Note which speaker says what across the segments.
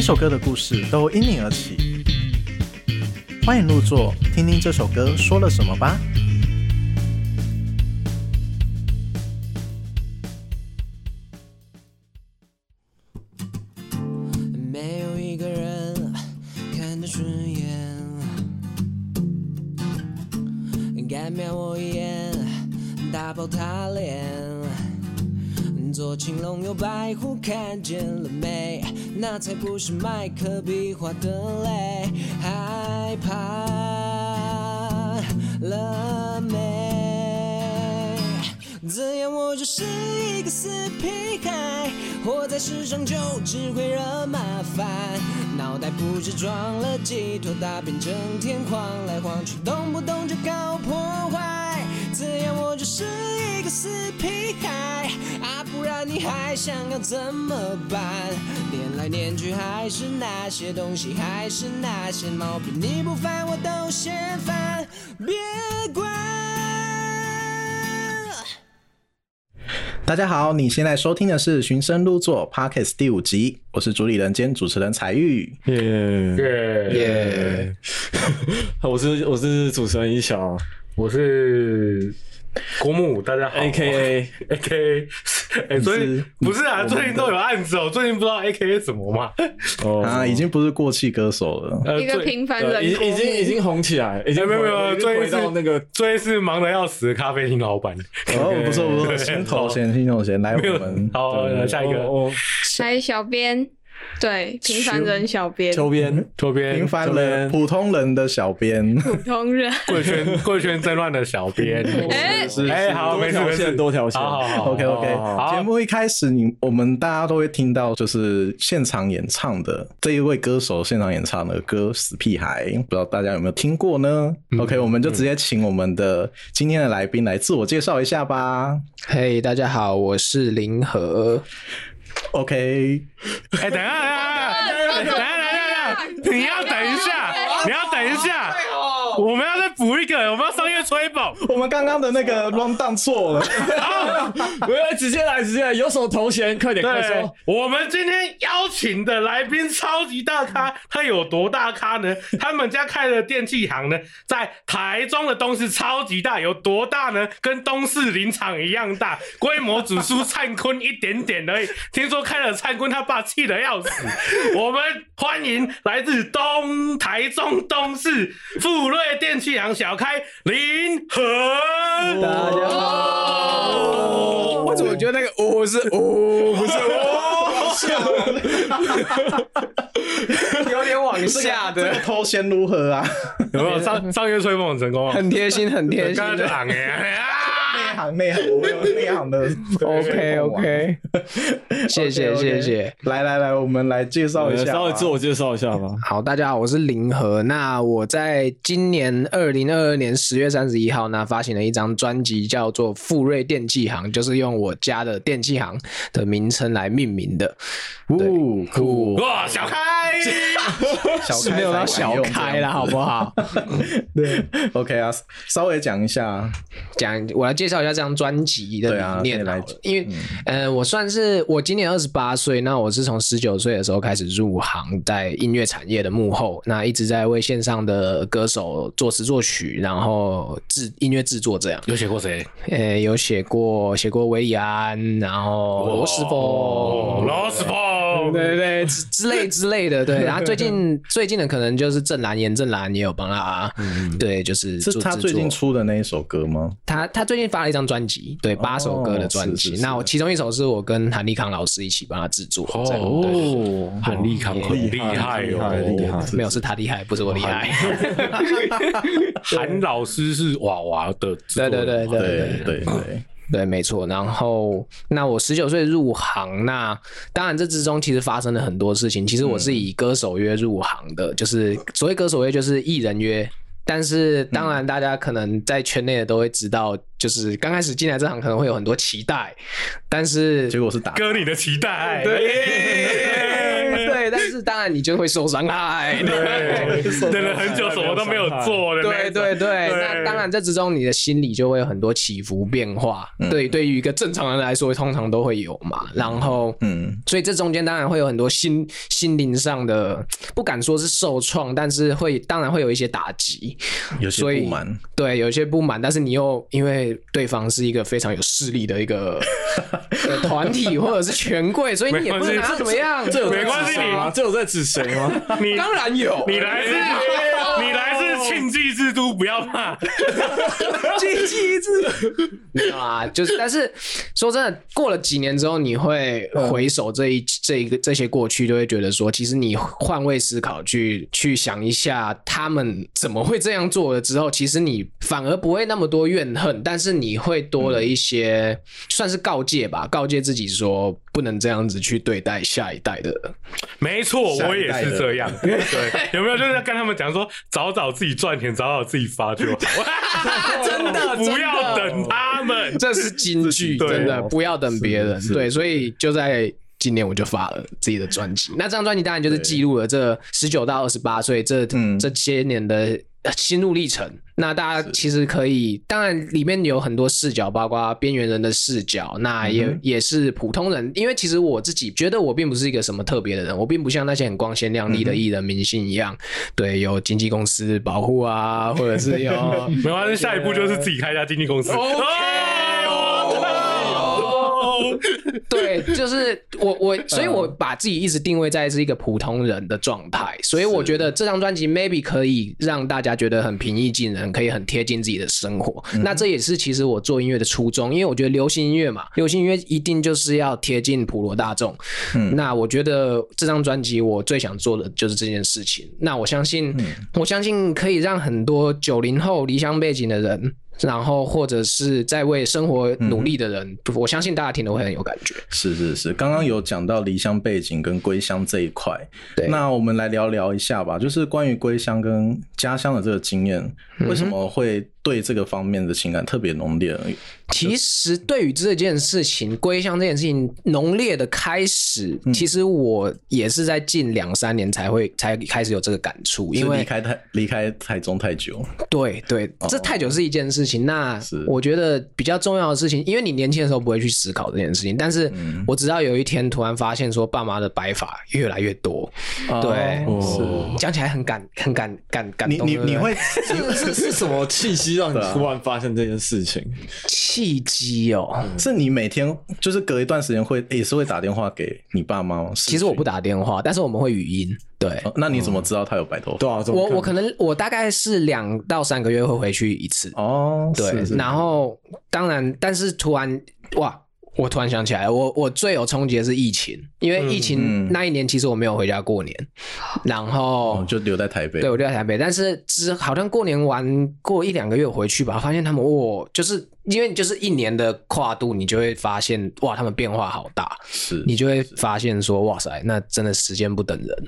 Speaker 1: 首歌的故事都因你而起。欢迎入座，听听这首歌说了什么吧。
Speaker 2: 没有一个人看得顺眼，敢瞄我一眼，打爆他脸。左青龙右白虎，看见了没？那才不是麦克笔画的泪，害怕了没？自言我就是一个死屁孩，活在世上就只会惹麻烦。脑袋不知装了几坨大便，整天晃来晃去，动不动就搞破坏。自言我就是一个死屁孩，啊，不然你还想要怎么办？念来念去还是那些东西，还是那些毛病，你不烦我都嫌烦，别管。
Speaker 1: 大家好，你现在收听的是《寻声入座》Podcast 第五集，我是主理人兼主持人彩玉。
Speaker 3: 耶
Speaker 4: 耶
Speaker 3: 耶！我是我是主持人一小
Speaker 4: 我是国木，大家好。
Speaker 3: ，A K A
Speaker 4: A K，哎，最近不是啊，最近都有案子哦，最近不知道 A K A 什么嘛？
Speaker 3: 哦
Speaker 1: 啊，已经不是过气歌手了。
Speaker 4: 呃
Speaker 5: 一个
Speaker 4: 最
Speaker 5: 平凡
Speaker 3: 呃
Speaker 5: 人
Speaker 3: 已
Speaker 5: 口
Speaker 3: 已经已经红起来，已经
Speaker 4: 哎没有没有
Speaker 3: 回
Speaker 4: 没有最
Speaker 3: 回
Speaker 4: 近是
Speaker 3: 到那个
Speaker 4: 最近是忙得要死的咖啡厅老板。
Speaker 1: 哦，不错不错，心头弦心头弦，来我
Speaker 4: 没有
Speaker 1: 们，
Speaker 4: 好，来下一个，
Speaker 3: 哦，哦
Speaker 5: 来，小编，对，平凡人小编，
Speaker 1: 秋边
Speaker 4: 周 边
Speaker 1: 平凡
Speaker 3: 秋边
Speaker 1: 人普通人的小编。
Speaker 5: 普通人。
Speaker 4: 贵圈贵圈争乱的小编。
Speaker 5: 哎
Speaker 3: 是
Speaker 4: 哎
Speaker 3: 是
Speaker 4: 好没事
Speaker 3: 多条
Speaker 4: 没事
Speaker 3: 线多条线，
Speaker 4: 好好好
Speaker 1: OK OK，
Speaker 4: 好
Speaker 1: 节目一开始你我们大家都会听到，就是现场演唱的这一位歌手现场演唱的歌《死屁孩》，不知道大家有没有听过呢、o k 我们就直接请我们的今天的来宾来自我介绍一下吧。
Speaker 6: 嘿大家好，我是林和。
Speaker 1: OK，
Speaker 4: 哎，等一下，等一下，等一下，等 一下，你要等一下，你要等一下，我们要再补一个，我们要商业吹捧。
Speaker 1: 我们刚刚的那个 round down 错了，
Speaker 3: 我要直接来直接来，有什么头衔快点快
Speaker 4: 对
Speaker 3: 说，，
Speaker 4: 我们今天邀请的来宾超级大咖，他有多大咖 呢？他们家开的电器行呢，在台中的东势超级大，有多大呢？跟东势林场一样大，规模只输灿坤一点点 而已。听说开了灿坤，他爸气得要死。我们欢迎来自东台中东势富瑞电器行小开林和。
Speaker 6: 大家好。我怎么觉得那个“哦”是“哦”，不是“哦”， 有点往下
Speaker 1: 这个
Speaker 6: 的，
Speaker 1: 头衔如何啊？
Speaker 4: 有没有上上月吹捧很成功啊？
Speaker 6: 很贴心，很贴心
Speaker 4: 刚刚就
Speaker 6: 的。
Speaker 4: 昂哎。
Speaker 1: 内行内行，我有内行的。
Speaker 6: OK OK，谢谢
Speaker 1: OK，OK
Speaker 6: 谢谢。
Speaker 1: 来来来，我们来介绍一下吧，
Speaker 3: 呃
Speaker 1: 啊
Speaker 3: 稍微自我介绍一下吧。
Speaker 6: 好，大家好，我是林和。那我在今年二零二二年十月三十一号呢，发行了一张专辑，叫做《富瑞电器行》，就是用我家的电器行的名称来命名的。
Speaker 1: 哦，酷，
Speaker 4: 哇，小开，
Speaker 1: 小
Speaker 6: 是没有到小开啦，
Speaker 1: 了，
Speaker 6: 好不好？
Speaker 1: 对，OK 啊，稍微讲一 下，啊
Speaker 6: 讲，我来介绍一下这张专辑的
Speaker 1: 对啊
Speaker 6: 理念
Speaker 1: 可以
Speaker 6: 好
Speaker 1: 来
Speaker 6: 了、因为、呃，我算是我今年二十八岁，那我是从十九岁的时候开始入行在音乐产业的幕后，那一直在为线上的歌手作词作曲，然后制音乐制作这样。
Speaker 4: 有写过谁？
Speaker 6: 呃，有写过写过维里安，然后罗斯
Speaker 4: 哦，
Speaker 6: 福，
Speaker 4: 罗斯福，
Speaker 6: 对对对，之之类之类的，对。然后最近最近的可能就是郑兰，严郑兰也有帮他，对，就是
Speaker 1: 是
Speaker 6: 做
Speaker 1: 他
Speaker 6: 制
Speaker 1: 最近
Speaker 6: 作
Speaker 1: 出的那一首歌吗？
Speaker 6: 他他最近发了一张专辑，对，八首歌的专
Speaker 1: 哦是
Speaker 6: 辑。
Speaker 1: 是是
Speaker 6: 那我其中一首是我跟韩立康老师一起帮他制作，
Speaker 1: 哦
Speaker 6: 这样对对对
Speaker 4: 哦，很厉害，很厉害哦，
Speaker 3: 厉害
Speaker 6: 没有是他厉害，不是我厉
Speaker 1: 哦
Speaker 6: 害。
Speaker 4: 韩老师是娃娃的制作人嘛，
Speaker 6: 对对对
Speaker 1: 对对对，
Speaker 6: 对，没错。然后，那我十九岁入行，那当然这之中其实发生了很多事情。其实我是以歌手约入行的，
Speaker 1: 嗯
Speaker 6: 就是所谓歌手约就是艺人约。但是当
Speaker 1: 嗯
Speaker 6: 然，大家可能在圈内的都会知道，就是刚开始进来这行可能会有很多期待，但是
Speaker 1: 结果是打
Speaker 4: 哎哥你的期待，
Speaker 6: 对对，对，但是当然你就会受伤害。
Speaker 4: 对，等了很久，什么都没有做的那
Speaker 6: 对
Speaker 4: 种，
Speaker 6: 对对，
Speaker 4: 对
Speaker 6: 那当然这之中你的心理就会有很多起伏变化。对，对于一个正常人来说，通常都会有嘛。然后，
Speaker 1: 嗯，
Speaker 6: 所以这中间当然会有很多心心灵上的，不敢说是受创，但是会当然会有一些打击。
Speaker 1: 有些
Speaker 6: 所以
Speaker 1: 不满，
Speaker 6: 对，有一些不满，但是你又因为对方是一个非常有势力的一个呃团体或者是权贵，所以你也不能拿他怎么样。啊
Speaker 4: 有没关系你
Speaker 3: 这有在指啊谁吗？
Speaker 4: 你
Speaker 6: 当然有，
Speaker 4: 你来自你来自庆忌之都，不要怕。
Speaker 6: 经济制没有啊，就是但是说真的，过了几年之后，你会回首这一这一个这些过去，就会觉得说，其实你换位思考去去想一下，他们怎么会这样做了之后，其实你反而不会那么多怨恨，但是你会多了一些、算是告诫吧，告诫自己说不能这样子去对待下一代的人。
Speaker 4: 没错，
Speaker 1: 下一代的
Speaker 4: 我也是这样。对，有没有就是跟他们讲说，早早自己赚钱，早早自己发就好。
Speaker 6: 真的
Speaker 4: 不要
Speaker 6: 真的
Speaker 4: 等他们。
Speaker 6: 这是金句，
Speaker 4: 对
Speaker 6: 真的不要等别人
Speaker 1: 啊是。是
Speaker 6: 对，所以就在今年我就发了自己的专辑。那这张专辑当然就是记录了这十九到二十八岁这
Speaker 1: 嗯
Speaker 6: 这些年的呃心路历程。那大家其实可以，当然里面有很多视角，包括边缘人的视角，那
Speaker 1: 嗯
Speaker 6: 也、也是普通人。因为其实我自己觉得我并不是一个什么特别的人，我并不像那些很光鲜亮
Speaker 1: 嗯
Speaker 6: 丽的艺人明星一样，对，有经纪公司保护啊，或者是有
Speaker 4: 没关系，下一步就是自己开一家经纪公司。
Speaker 6: OK
Speaker 4: 哦
Speaker 6: 对，就是我我，所以我把自己一直定位在是一个普通人的状态，所以我觉得这张专辑 maybe 可以让大家觉得很平易近人，可以很贴近自己的生活。那这也是其实我做音乐的初衷，因为我觉得流行音乐嘛，流行音乐一定就是要贴近普罗大众。
Speaker 1: 嗯
Speaker 6: 那我觉得这张专辑我最想做的就是这件事情。那我相信，我相信可以让很多九零后离乡背景的人。然后，或者是在为生活努力的人，我相信大家听了会很有感觉。
Speaker 1: 是是是，刚刚有讲到离乡背景跟归乡这一块，
Speaker 6: 对
Speaker 1: 那我们来聊聊一下吧，就是关于归乡跟家乡的这个经验，
Speaker 6: 嗯
Speaker 1: 为什么会对这个方面的情感特别浓烈？
Speaker 6: 其实对于这件事情，归乡这件事情浓烈的开始，
Speaker 1: 嗯
Speaker 6: 其实我也是在近两三年才会才开始有这个感触，因
Speaker 1: 是
Speaker 6: 为
Speaker 1: 离开台离开台中太久，
Speaker 6: 对对，这太久是一件事情。那
Speaker 1: 是
Speaker 6: 我觉得比较重要的事情，因为你年轻的时候不会去思考这件事情，但是
Speaker 1: 嗯
Speaker 6: 我直到有一天突然发现说，爸妈的白发越来越多，对，
Speaker 1: 哦
Speaker 6: 讲起来很感很感感感
Speaker 1: 你
Speaker 6: 动。
Speaker 1: 你
Speaker 6: 对不对
Speaker 1: 你会
Speaker 3: 是是是什么契机让你突然发现这件事情？
Speaker 6: 契机哦，
Speaker 1: 是你每天就是隔一段时间会也是会打电话给你爸妈吗？
Speaker 6: 其实我不打电话，但是我们会语音，对。
Speaker 1: 哦，那你怎么知道他有白头发？
Speaker 3: 对啊，怎么
Speaker 6: 我我可能我大概是两到三个月会回去一次，
Speaker 1: 哦，
Speaker 6: 对
Speaker 1: 是，是
Speaker 6: 然后当然，但是突然哇，我突然想起来，我我最有冲击的是疫情，因为疫
Speaker 1: 嗯
Speaker 6: 情
Speaker 1: 嗯
Speaker 6: 那一年其实我没有回家过年，然后
Speaker 1: 哦，就留在台北，
Speaker 6: 对，我留在台北，但是之好像过年完过一两个月回去吧，发现他们哇，就是因为就是一年的跨度，你就会发现哇，他们变化好大，
Speaker 1: 是
Speaker 6: 你就会发现说哇塞，那真的时间不等人，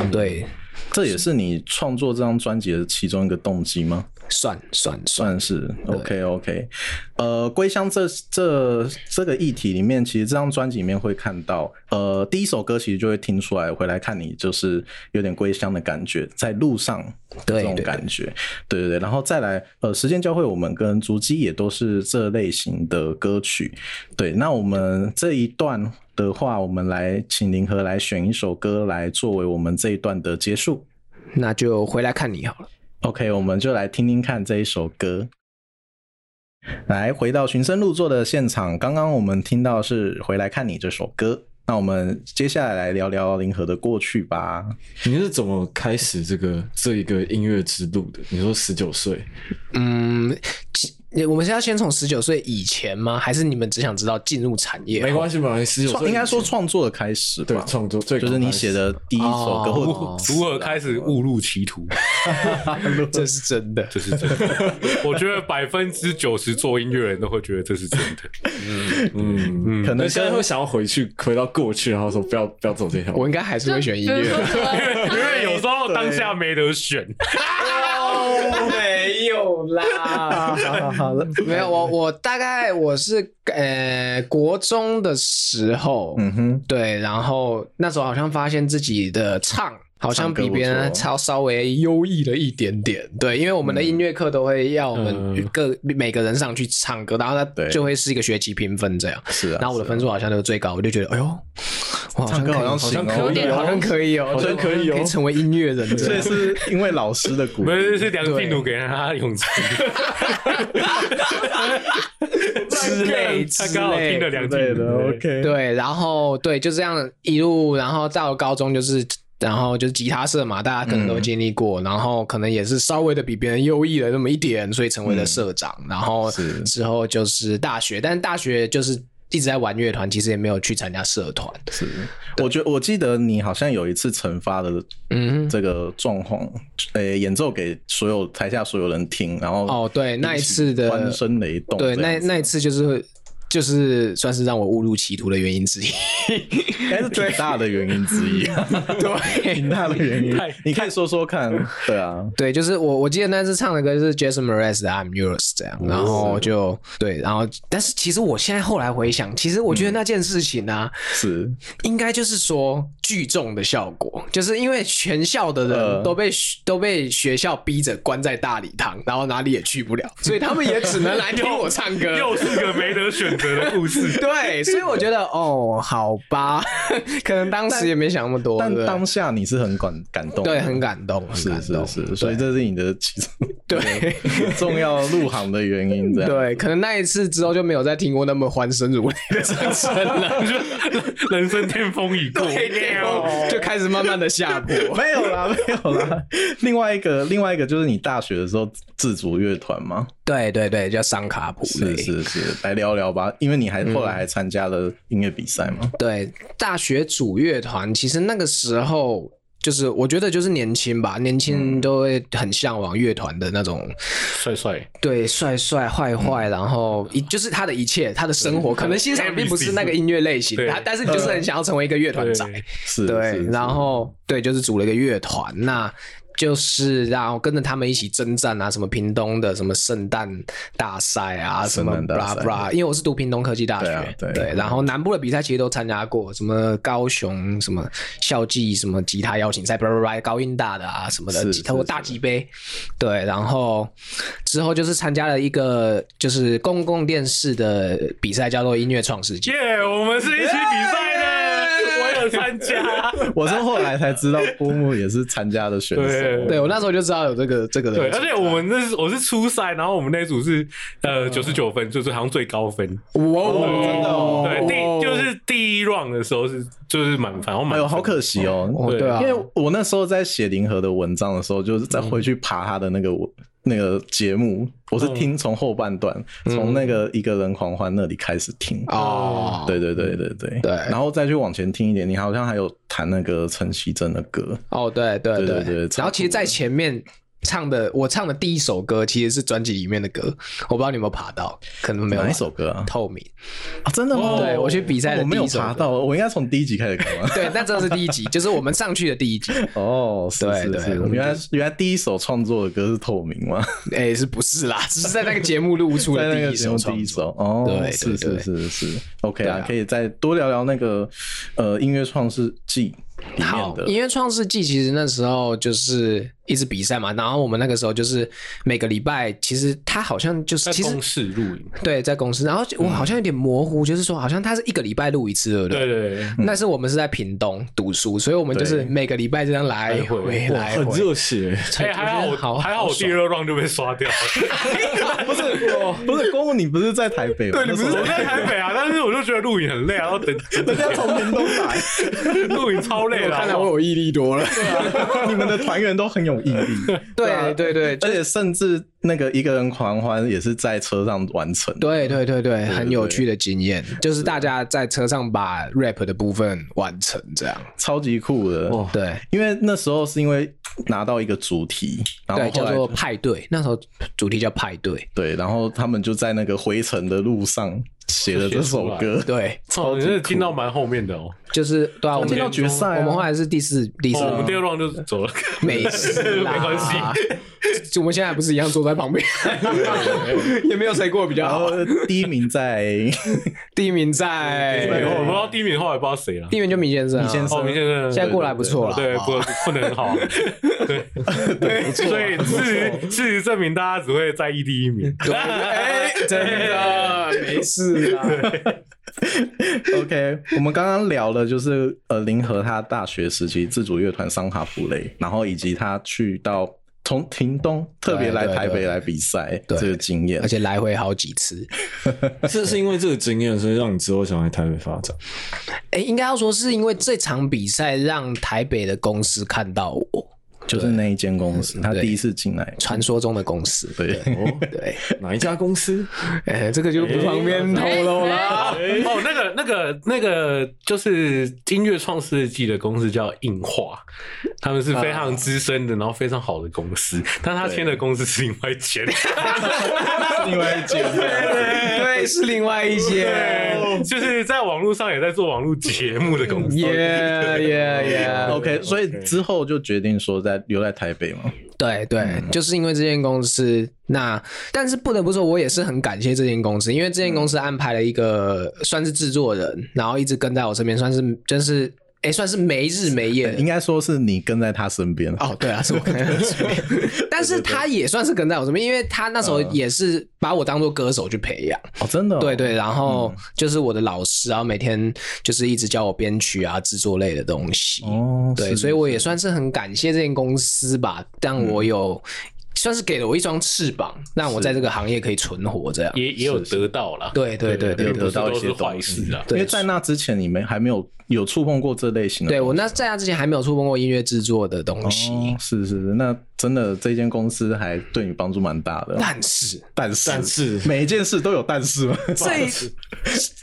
Speaker 1: 嗯
Speaker 6: 对，
Speaker 1: 这也是你创作这张专辑的其中一个动机吗？
Speaker 6: 算算算，
Speaker 1: 算是 OK OK，呃，归乡这这这个议题里面，其实这张专辑里面会看到，呃，第一首歌其实就会听出来，回来看你就是有点归乡的感觉，在路上
Speaker 6: 对
Speaker 1: 这种
Speaker 6: 对
Speaker 1: 感觉，对对对，然后再来，呃，时间教会我们跟足迹也都是这类型的歌曲，对，那我们这一段的话，我们来请林和来选一首歌来作为我们这一段的结束。
Speaker 6: 那就回来看你好了。
Speaker 1: OK，我们就来听听看这一首歌。来，回到寻声入座的现场，刚刚我们听到是《回来看你》这首歌。那我们接下来来聊聊林和的过去吧。
Speaker 3: 你是怎么开始这个这一个音乐之路的？你说十九岁，
Speaker 6: 嗯，其我们是要先从十九岁以前吗？还是你们只想知道进入产业？啊
Speaker 3: 没关系，没关系，十九
Speaker 1: 创
Speaker 3: 岁
Speaker 1: 应该说
Speaker 3: 以前
Speaker 1: 创作的开始吧，
Speaker 3: 对创作最
Speaker 1: 就是你写的第一首歌，
Speaker 6: 哦
Speaker 1: 或
Speaker 4: 如何开始误入歧途？
Speaker 6: 这是真的。
Speaker 4: 这是真 的，我觉得百分之九十做音乐人都会觉得这是真的。
Speaker 3: 嗯，
Speaker 1: 可
Speaker 3: 那
Speaker 1: 能
Speaker 3: 现在
Speaker 1: 跟
Speaker 3: 会想要回去，回到过去，然后说不要不要走这条路
Speaker 6: 我。应该还是会选音
Speaker 5: 比如 说
Speaker 6: 乐。
Speaker 5: 什么
Speaker 4: 因为有时候当下没得选，
Speaker 6: 哦没有有 啦，
Speaker 1: 好好好了，
Speaker 6: 没有我我大概我是呃国中的时候，
Speaker 1: 嗯哼，
Speaker 6: 对，然后那时候好像发现自己的唱好像
Speaker 1: 唱歌
Speaker 6: 比
Speaker 1: 不
Speaker 6: 别人
Speaker 1: 错嗯
Speaker 6: 超稍微优异了一点点，对，因为我们的音乐课都会要我们
Speaker 3: 嗯
Speaker 6: 各、每个人上去唱歌，然后他
Speaker 1: 对
Speaker 6: 就会是一个学期评分这样，
Speaker 1: 是啊，
Speaker 6: 然后我的
Speaker 1: 是啊
Speaker 6: 分数好像都是最高，我就觉得哎呦，我好像
Speaker 1: 唱歌
Speaker 6: 可以
Speaker 1: 好像
Speaker 6: 好
Speaker 1: 行
Speaker 6: 像可
Speaker 1: 哦
Speaker 6: 以，
Speaker 3: 啊
Speaker 6: 好像可以哦，
Speaker 3: 好像可以哦
Speaker 6: 可以成为音乐人这
Speaker 1: 所以
Speaker 6: 样，
Speaker 1: 是因为老师的鼓
Speaker 4: 不
Speaker 1: 励，
Speaker 4: 是是梁静茹给他勇气
Speaker 6: 之类
Speaker 4: 他
Speaker 6: 之
Speaker 4: 刚好
Speaker 6: 类
Speaker 4: 听了梁静
Speaker 1: 对
Speaker 4: 茹
Speaker 1: 的，OK，，
Speaker 6: 对，然后对，就这样一路，然后到高中就是，然后就是吉他社嘛，大家可
Speaker 1: 嗯
Speaker 6: 能都经历过，然后可能也是稍微的比别人优异了那么一点，所以成为了社长。然后
Speaker 1: 嗯是
Speaker 6: 之后就是大学，但大学就是一直在玩乐团，其实也没有去参加社团。
Speaker 1: 是。我觉我记得你好像有一次惩罚的
Speaker 6: 嗯哼，
Speaker 1: 这个状况，
Speaker 6: 嗯
Speaker 1: 呃、演奏给所有台下所有人听，然后
Speaker 6: 哦，对，那一次的
Speaker 1: 欢声雷动这
Speaker 6: 对，
Speaker 1: 样子，
Speaker 6: 那那一次就是。就是算是让我误入歧途的原因之一，
Speaker 1: 应该是挺大的原因之一，啊 挺
Speaker 6: 对，
Speaker 1: 大的原因
Speaker 4: 太。
Speaker 1: 你可以说说看，对啊，
Speaker 6: 对，就是我我记得那次唱的歌是 Jason Mraz 的 I'm Yours 这样，然
Speaker 2: 嗯
Speaker 6: 后就对，然后但是其实我现在后来回想，其实我觉得那件事情呢、啊，
Speaker 1: 是
Speaker 6: 应该就是说聚众的效果，就是因为全校的人
Speaker 1: 呃
Speaker 6: 都被、都被学校逼着关在大礼堂，然后哪里也去不 了，所以他们也只能来听我唱歌。
Speaker 4: 又是个没得选择的故 事。
Speaker 6: 对，所以我觉得哦，好吧，可能当时也没想那么多，
Speaker 1: 但
Speaker 6: 对不对
Speaker 1: 当下你是很感感动的，
Speaker 6: 对很感动，很
Speaker 1: 是
Speaker 6: 感
Speaker 1: 是
Speaker 6: 动
Speaker 1: 是，
Speaker 6: 对
Speaker 1: 所以这是你的其中
Speaker 6: 对。
Speaker 1: 重要入行的原因，这样
Speaker 6: 对，可能那一次之后就没有再听过那么欢声如雷的掌声了，
Speaker 4: 你说人生巅峰已过，
Speaker 6: 就开始慢慢的下坡。
Speaker 1: 没有啦，没有啦。 另外一个，另外一个就是你大学的时候自主乐团嘛，
Speaker 6: 对对对，叫桑卡普
Speaker 1: 是
Speaker 6: 雷。
Speaker 1: 是是，来聊聊吧，因为你还后来还参加了音乐比赛嘛，
Speaker 6: 对，大学主乐团，其实那个时候就是我觉得就是年轻吧，年
Speaker 4: 嗯
Speaker 6: 轻都会很向往乐团的那种，
Speaker 4: 帅帅，
Speaker 6: 对，帅帅坏坏，然后一就是他的一切，他的生活，可能欣赏并不是那个音乐类型，
Speaker 4: 对
Speaker 6: 他但是你就是很想要成为一个乐团仔。
Speaker 4: 对
Speaker 1: 是，
Speaker 6: 对
Speaker 1: 是，是
Speaker 6: 然后对，就是组了一个乐团，那就是然后跟着他们一起征战啊，什么屏东的什么圣诞大赛啊，什
Speaker 1: 圣
Speaker 6: 么
Speaker 1: 诞
Speaker 6: blah
Speaker 1: 大赛
Speaker 6: blah，因为我是读屏东科技大学，
Speaker 1: 对啊对
Speaker 6: 然后南部的比赛其实都参加过，什么高雄什么校际什么吉他邀请赛，blah blah blah，高音大的啊什么的，
Speaker 1: 是
Speaker 6: 吉他
Speaker 1: 是
Speaker 6: 我
Speaker 1: 是
Speaker 6: 大吉杯，对，然后之后就是参加了一个就是公共电视的比赛，叫做音乐创世界。
Speaker 4: 耶！我们是一起比赛的，我有参 加。
Speaker 1: 我是后来才知道波木也是参加的选手，
Speaker 4: 对
Speaker 6: 对我那时候就知道有这个这个
Speaker 4: 对，
Speaker 6: 人，
Speaker 4: 而且我们那是我是初赛，然后我们那组是呃九十九分，就是好像最高分。
Speaker 6: 哇
Speaker 1: 哦真的哦
Speaker 4: 对，第就是第一 round 的时候是就是满分，然后满
Speaker 1: 哎
Speaker 4: 分
Speaker 1: 呦，好可惜哦，
Speaker 6: 哦，对啊，
Speaker 1: 因为我那时候在写林和的文章的时候，就是在回去爬他的那个文那个节目，我是听从后半段，从那个一个人狂欢那里开始听。
Speaker 6: 嗯哦，
Speaker 1: 对对对对对
Speaker 6: 对
Speaker 1: 然后再去往前听一点，你好像还有弹那个陈绮贞的歌，
Speaker 6: 哦，对对
Speaker 1: 对对对
Speaker 6: 然后其实，在前面唱的，我唱的第一首歌其实是专辑里面的歌，我不知道你有没有爬到，可能没有吧
Speaker 1: 哪一首歌啊？
Speaker 6: 透明。
Speaker 1: 啊真的吗？哦
Speaker 6: 对我去比赛哦的
Speaker 1: 我没有
Speaker 6: 第一首歌？
Speaker 1: 爬到，我应该从第一集开始看吗
Speaker 6: 对，那真的是第一集，就是我们上去的第 一集。
Speaker 1: 哦，是
Speaker 6: 对
Speaker 1: 是
Speaker 6: 对
Speaker 1: 是
Speaker 6: 我们
Speaker 1: 原来原来第一首创作的歌是《透明》吗？
Speaker 6: 哎，是不是啦？只是在那个节目露出
Speaker 1: 在
Speaker 6: 的
Speaker 1: 那
Speaker 6: 第
Speaker 1: 个
Speaker 6: 一
Speaker 1: 节
Speaker 6: 首
Speaker 1: 目
Speaker 6: 创
Speaker 1: 第
Speaker 6: 作
Speaker 1: 一首哦，
Speaker 6: 对对
Speaker 1: 是
Speaker 6: 对
Speaker 1: 是是是，OK 啊
Speaker 6: 对啊，
Speaker 1: 可以再多聊聊那个呃音乐创世纪里面
Speaker 6: 好，
Speaker 1: 的，
Speaker 6: 因为创世纪其实那时候就是一直比赛嘛，然后我们那个时候就是每个礼拜，其实他好像就是
Speaker 4: 在
Speaker 6: 其实
Speaker 4: 公式录影。
Speaker 6: 对在公司，然后我好像有点模糊，就是说好像他是一个礼拜录一次，对不
Speaker 4: 对哎
Speaker 6: 对？
Speaker 4: 对对，
Speaker 6: 但是我们是在屏东读书，所以我们就是
Speaker 1: 对
Speaker 6: 每个礼拜这样来
Speaker 4: 来
Speaker 6: 回
Speaker 4: 回
Speaker 3: 哇，
Speaker 6: 来
Speaker 3: 很
Speaker 6: 回。
Speaker 3: 热血，
Speaker 4: 哎，还好我还好我第二 round 就被刷掉了。
Speaker 1: 不是我不是公，你不是在台北吗？ 对，你
Speaker 4: 我在台北啊，但是我就觉得录影很累啊，然后 等
Speaker 1: 人家从屏东来，
Speaker 4: 录影超累啊了。
Speaker 6: 看来我有毅力多了。
Speaker 1: 你们的团员都很有毅 力，
Speaker 6: 对对对
Speaker 1: 而且甚至那个一个人狂欢也是在车上完成的，
Speaker 6: 对对对对，很有趣的经验，就是大家在车上把 rap 的部分完成这样。
Speaker 1: 超级酷的。
Speaker 3: 哇
Speaker 6: 对
Speaker 1: 因为那时候是因为拿到一个主题，然
Speaker 6: 对，
Speaker 1: 后后
Speaker 6: 叫
Speaker 1: 来
Speaker 6: 做派对，那时候主题叫派对。
Speaker 1: 对，然后他们就在那个回程的路上写了这首歌，
Speaker 2: 对，
Speaker 4: 操，你真的听到蛮后面的哦。
Speaker 2: 就是对啊，我
Speaker 1: 我
Speaker 2: 们
Speaker 1: 进到决赛啊，
Speaker 2: 我们后来是第四第四
Speaker 4: 哦，我们
Speaker 2: 名，
Speaker 4: 第二 round 就走了，
Speaker 2: 没事啦
Speaker 4: 没关系。
Speaker 2: 就我们现在不是一样坐在旁边， 也没有谁过得比较
Speaker 1: 然
Speaker 2: 好
Speaker 1: 后。呃第一名在
Speaker 2: 第一名
Speaker 4: 对，哎 我不知
Speaker 2: 在，
Speaker 4: 道第一名后来不知道谁了
Speaker 2: 第。一名就米先生啊，
Speaker 1: 米先生
Speaker 4: 哦，明显真
Speaker 2: 现
Speaker 4: 的
Speaker 2: 在过来不错了，啊
Speaker 4: 对，不混的很好。啊 对对，所以
Speaker 2: 啊
Speaker 4: 事实事实证明，大家只会在意第一名。
Speaker 2: 哎，真的没事啊。
Speaker 1: OK，我们刚刚聊了就是呃林和他大学时期自主乐团桑塔布雷，然后以及他去到从屏东特别来
Speaker 2: 对对
Speaker 1: 台北
Speaker 2: 对
Speaker 1: 来比赛
Speaker 2: 对
Speaker 1: 这个经验
Speaker 2: 而，且来回好几次。
Speaker 3: 是是因为这个经验，所以让你之后想来台北发展。
Speaker 2: 哎，应该要说是因为这场比赛让台北的公司看到我，
Speaker 1: 就是那一间公司，他
Speaker 2: 对
Speaker 1: 第一次进来，
Speaker 2: 传说中的公司。
Speaker 1: 哦对，
Speaker 2: 对，
Speaker 3: 哦哪一家公司？
Speaker 2: 哎，这个就不方便透露了。
Speaker 4: 哦，那个、那个、那个，就是音乐创世纪的公司叫硬化，他们是非常资深的，然后非常好的公司，但他签的公司是另外一间。
Speaker 1: 另外一间
Speaker 2: 对，是另外一些。
Speaker 4: 对，就是在网络上也在做网络节目的
Speaker 2: 嗯
Speaker 4: 公司。
Speaker 2: 耶 耶
Speaker 6: 嗯
Speaker 2: 耶！
Speaker 1: OK，所以之后就决定说在留在台北嘛，
Speaker 2: 对对，就是因为这间公司，那但是不得不说，我也是很感谢这间公司，因为这间公司安排了一个算是制作人，然后一直跟在我身边，算是真是哎，算是没日没夜的
Speaker 1: 应。该说是你跟在他身边
Speaker 2: 哎哦，对啊，是 我跟在他身边，但是他也算是跟在我身边，因为他那时候也是把我当做歌手去培养。
Speaker 1: 哦，真的哦，
Speaker 2: 对对，然后就是我的老师，然后每天就是一直教我编曲啊、制作类的东西。
Speaker 1: 哦，
Speaker 2: 对，
Speaker 1: 是
Speaker 2: 所以我也算是很感谢这间公司吧，让
Speaker 1: 嗯
Speaker 2: 我有、算是给了我一双翅膀，让我在这个行业可以存活这样。
Speaker 4: 也也有得到啦。
Speaker 2: 对对对对
Speaker 1: 有
Speaker 4: 也
Speaker 2: 对
Speaker 1: 得到一些
Speaker 4: 不是都是坏
Speaker 1: 东西
Speaker 4: 事啊
Speaker 1: 因
Speaker 2: 对
Speaker 1: 为在那之前你们还没有有触碰过这类型的
Speaker 2: 对我那在他之前还没有触碰过音乐制作的东西，
Speaker 1: 哦，是是是，那真的这间公司还对你帮助蛮大的。
Speaker 2: 但是
Speaker 1: 但是，
Speaker 3: 但是
Speaker 1: 每一件事都有但 是吗？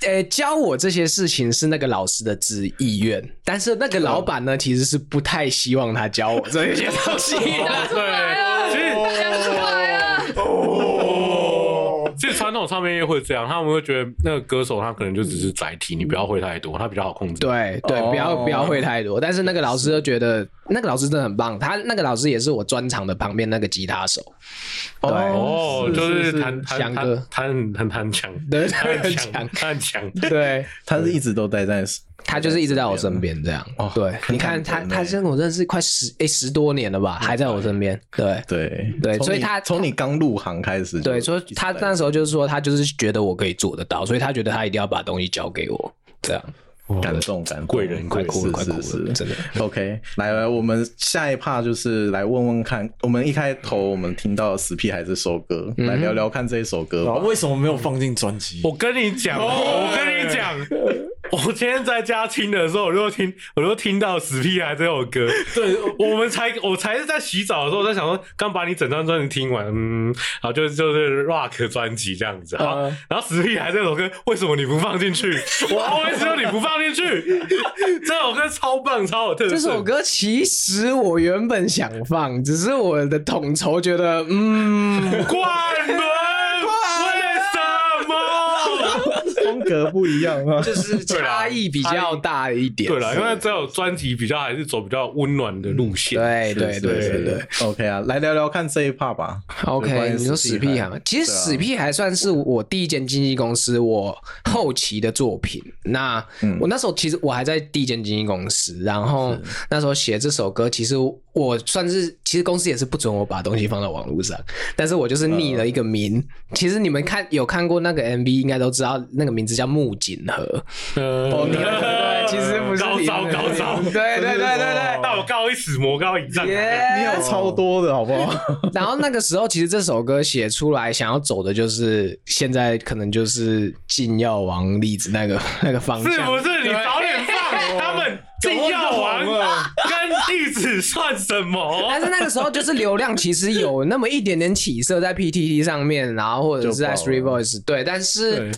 Speaker 2: 这呃教我这些事情是那个老师的之意愿，但是那个老板呢其实是不太希望他教我这些东西的。
Speaker 4: 对，其实
Speaker 5: 讲出来啊了，
Speaker 4: 其实传统唱片业会这样，他们会觉得那个歌手他可能就只是载体，你不要会太多，他比较好控制。
Speaker 2: 对啊对，
Speaker 1: 哦
Speaker 2: 不要不要会太多。但是那个老师就觉得，那个老师真的很棒，他那个老师也是我专场的旁边那个吉他手。对
Speaker 4: 哦，
Speaker 1: 是
Speaker 4: 就是
Speaker 1: 是
Speaker 4: 弹弹
Speaker 2: 翔
Speaker 4: 弹
Speaker 2: 哥
Speaker 4: 弹很很弹强，
Speaker 2: 对
Speaker 4: 他很
Speaker 2: 强
Speaker 4: 强，他很强。
Speaker 2: 对，
Speaker 1: 他是一直都待在
Speaker 2: 他就是一直在我身边这样
Speaker 1: 哦。
Speaker 2: 对，
Speaker 1: 很
Speaker 2: 你看
Speaker 1: 感
Speaker 2: 他，
Speaker 1: 人欸
Speaker 2: 他跟我认识快十诶十多年了吧，还在我身边。对
Speaker 1: 对
Speaker 2: 对
Speaker 1: 从
Speaker 2: 所以
Speaker 1: 你
Speaker 2: 他
Speaker 1: 从你刚入行开始就
Speaker 2: 对，
Speaker 1: 一
Speaker 2: 所
Speaker 1: 直
Speaker 2: 以他
Speaker 1: 在
Speaker 2: 那时候就是说，他就是觉得我可以做得到，所以他觉得他一定要把东西交给我。这样
Speaker 1: 感动感动
Speaker 4: 贵人
Speaker 2: 快哭了，快
Speaker 1: 是
Speaker 2: 哭
Speaker 1: 是
Speaker 2: 了，
Speaker 1: 是
Speaker 2: 真的。
Speaker 1: OK，来来，我们下一趴就是来问问看，我们一开头我们听到《死屁孩》这首歌，来聊聊看这一首歌
Speaker 3: 啊，
Speaker 1: 吧。
Speaker 3: 为什么没有放进专辑？
Speaker 4: 我跟你讲，
Speaker 2: 哦
Speaker 4: 我跟你讲，我今天在家听的时候，我就听，我就听到《死屁孩》这首歌。对，我们才，我才是在洗澡的时候，我在想说，刚把你整张专辑听完，嗯，然后就就是 rock 专辑这样子。好，
Speaker 2: 嗯
Speaker 4: 然后《死屁孩》这首歌为什么你不放进 去？我 always 说你不放进去，这首歌超棒，超有特 色。
Speaker 2: 这首歌其实我原本想放，只是我的统筹觉得，嗯，
Speaker 4: 关门，为什么？
Speaker 1: 风格不一样 啊，
Speaker 2: 就是差异比较大一点。
Speaker 4: 对了，因为这首专辑比较还是走比较温暖的路线。
Speaker 2: 对对
Speaker 1: 是
Speaker 2: 对对对。。
Speaker 1: 是 OK 啊，来聊聊看这一趴 吧。就关于
Speaker 2: OK，你说
Speaker 1: 死
Speaker 2: 死
Speaker 1: 屁
Speaker 2: 屁
Speaker 1: 孩
Speaker 2: 孩嘛？其实
Speaker 1: 对啊
Speaker 2: 死屁还算是我第一间经纪公司，我后期的作品。那我那时候其实我还在第一间经纪公司，然后那时候写这首歌，其实我算是其实公司也是不准我把东西放到网络上，但是我就是匿了一个名。其实你们看有看过那个 MV，应该都知道那个名字叫木槿河。
Speaker 4: 哦
Speaker 2: 对， 其实不是
Speaker 4: 高
Speaker 2: 你
Speaker 4: 招高招。
Speaker 2: 对对对对对。
Speaker 4: 那我高一死魔高一丈。
Speaker 2: 耶
Speaker 1: 你有超多的好不好？
Speaker 2: 然后那个时候，其实这首歌写出来，想要走的就是现在可能就是禁药王粒子那个 那个方向，
Speaker 4: 是不是你早点放？他们禁药王啊
Speaker 2: 啊
Speaker 4: 跟弟子算什么？
Speaker 2: 但是那个时候就是流量其实有那么一点点起色在 PTT 上面，然后或者是在
Speaker 1: 就爆了
Speaker 2: Three Voice 对，但是
Speaker 4: 对。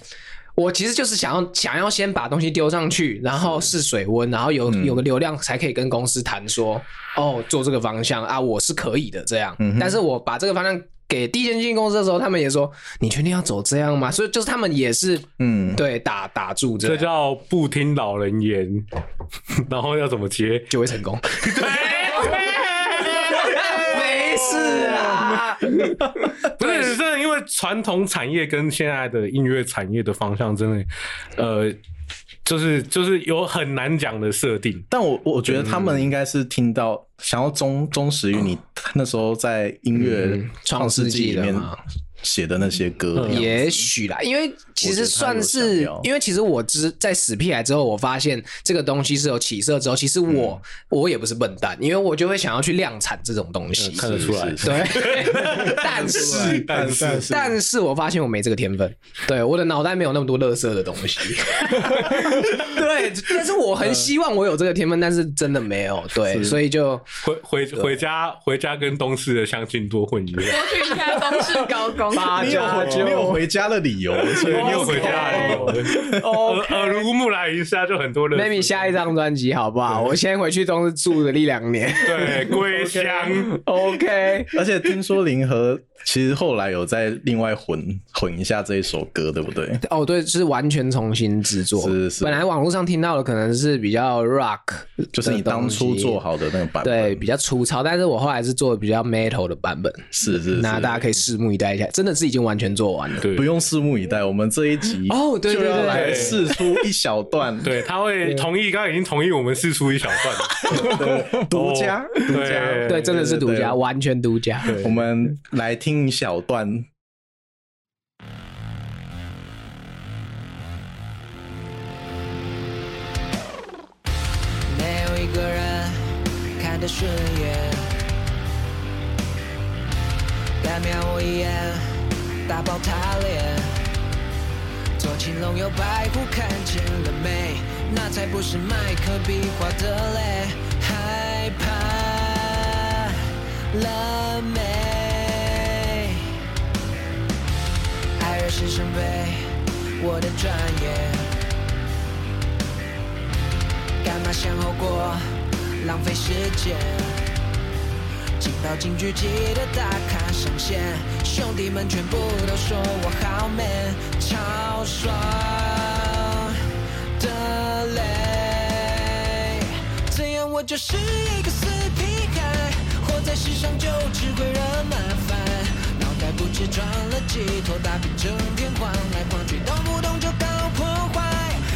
Speaker 2: 我其实就是想要想要先把东西丢上去，然后试水温，然后有、
Speaker 1: 嗯
Speaker 2: 有个流量才可以跟
Speaker 1: 嗯
Speaker 2: 公司谈说，哦，做这个方向啊，我是可以的这样。但是我把这个方向
Speaker 6: 给第一间经纪公司的时候，他们也说你确定要走这样吗？所以就是他们也是
Speaker 1: 嗯，
Speaker 6: 对打打住这
Speaker 4: 这
Speaker 6: 样
Speaker 4: 叫不听老人言， 然后要怎么接？
Speaker 6: 就会成 功。
Speaker 4: 没
Speaker 6: 事啊，
Speaker 4: 不是，真的，因为传统产业跟现在的音乐产业的方向真的，呃，就是就是有很难讲的设定。
Speaker 1: 但我我觉得他们应该是听到想要忠忠实于你那时候在音乐
Speaker 6: 嗯
Speaker 1: 创世纪
Speaker 6: 创世
Speaker 1: 里
Speaker 6: 纪的
Speaker 1: 面
Speaker 6: 嘛
Speaker 1: 写的那些歌，
Speaker 6: 也许啦，因为其实算
Speaker 1: 我觉得他有
Speaker 6: 是
Speaker 1: 想要，
Speaker 6: 因为其实我知在死屁来之后，我发现这个东西是有起色之后，其实我、
Speaker 1: 嗯
Speaker 6: 我也不是笨蛋，因为我就会想要去量产这种东西。
Speaker 4: 看得出来
Speaker 1: 是 是
Speaker 6: 对， 但是
Speaker 4: 但是
Speaker 6: 但是我发现我没这个天分，对我的脑袋没有那么多垃圾的东 西。对，但是我
Speaker 1: 嗯
Speaker 6: 很希望我有这个天分，但是真的没有。对，所以就
Speaker 4: 回回回家回家跟东市的相亲多混一下。
Speaker 5: 多去一下东市高工。
Speaker 1: 你有回你有回家的理由，所
Speaker 4: 对，
Speaker 1: 以
Speaker 4: 你有回家的理由，耳耳濡目染一下就很多 人。
Speaker 6: maybe 下一张专辑好不好？我先回去东市住了一两 年。
Speaker 4: 对归乡，
Speaker 6: OK，
Speaker 1: 而且听说林和其实后来有在另外混混一下这一首歌，对不对？
Speaker 6: 哦，对，是完全重新制作。
Speaker 1: 是是
Speaker 6: 本来网络上听到的可能是比较 rock，
Speaker 1: 就是你当初做好的那个版本，
Speaker 6: 对，比较粗糙，但是我后来是做比较 metal 的版本。
Speaker 1: 是是是，
Speaker 6: 那大家可以拭目以待一下，真的是已经完全做完了。
Speaker 4: 对
Speaker 1: 不用拭目以待，我们这一集
Speaker 6: 哦对对
Speaker 1: 就要
Speaker 6: 对
Speaker 1: 来
Speaker 4: 对
Speaker 1: 试出一小段
Speaker 4: 对，他会同意，刚刚已经同意我们试出一小段了。
Speaker 1: 独家独家，
Speaker 4: 哦对
Speaker 6: 对，真的是独
Speaker 1: 对对
Speaker 6: 家，
Speaker 1: 对
Speaker 6: 完全独家。
Speaker 1: 我们来听一小段。
Speaker 2: 没有一个人看得顺眼，干瞄我一眼，打爆他脸。左青龙右白虎，看见了没？那才不是麦克笔画的嘞，害怕了没？爱人是圣杯，我的专业。干嘛想后果，浪费时间？进到警局记得打卡上线，兄弟们全部都说我好 man，超爽的嘞。这样我就是一个死皮孩，活在世上就只会惹麻烦。脑袋不知装了几坨大便，整天晃来晃去，动不动就搞破坏。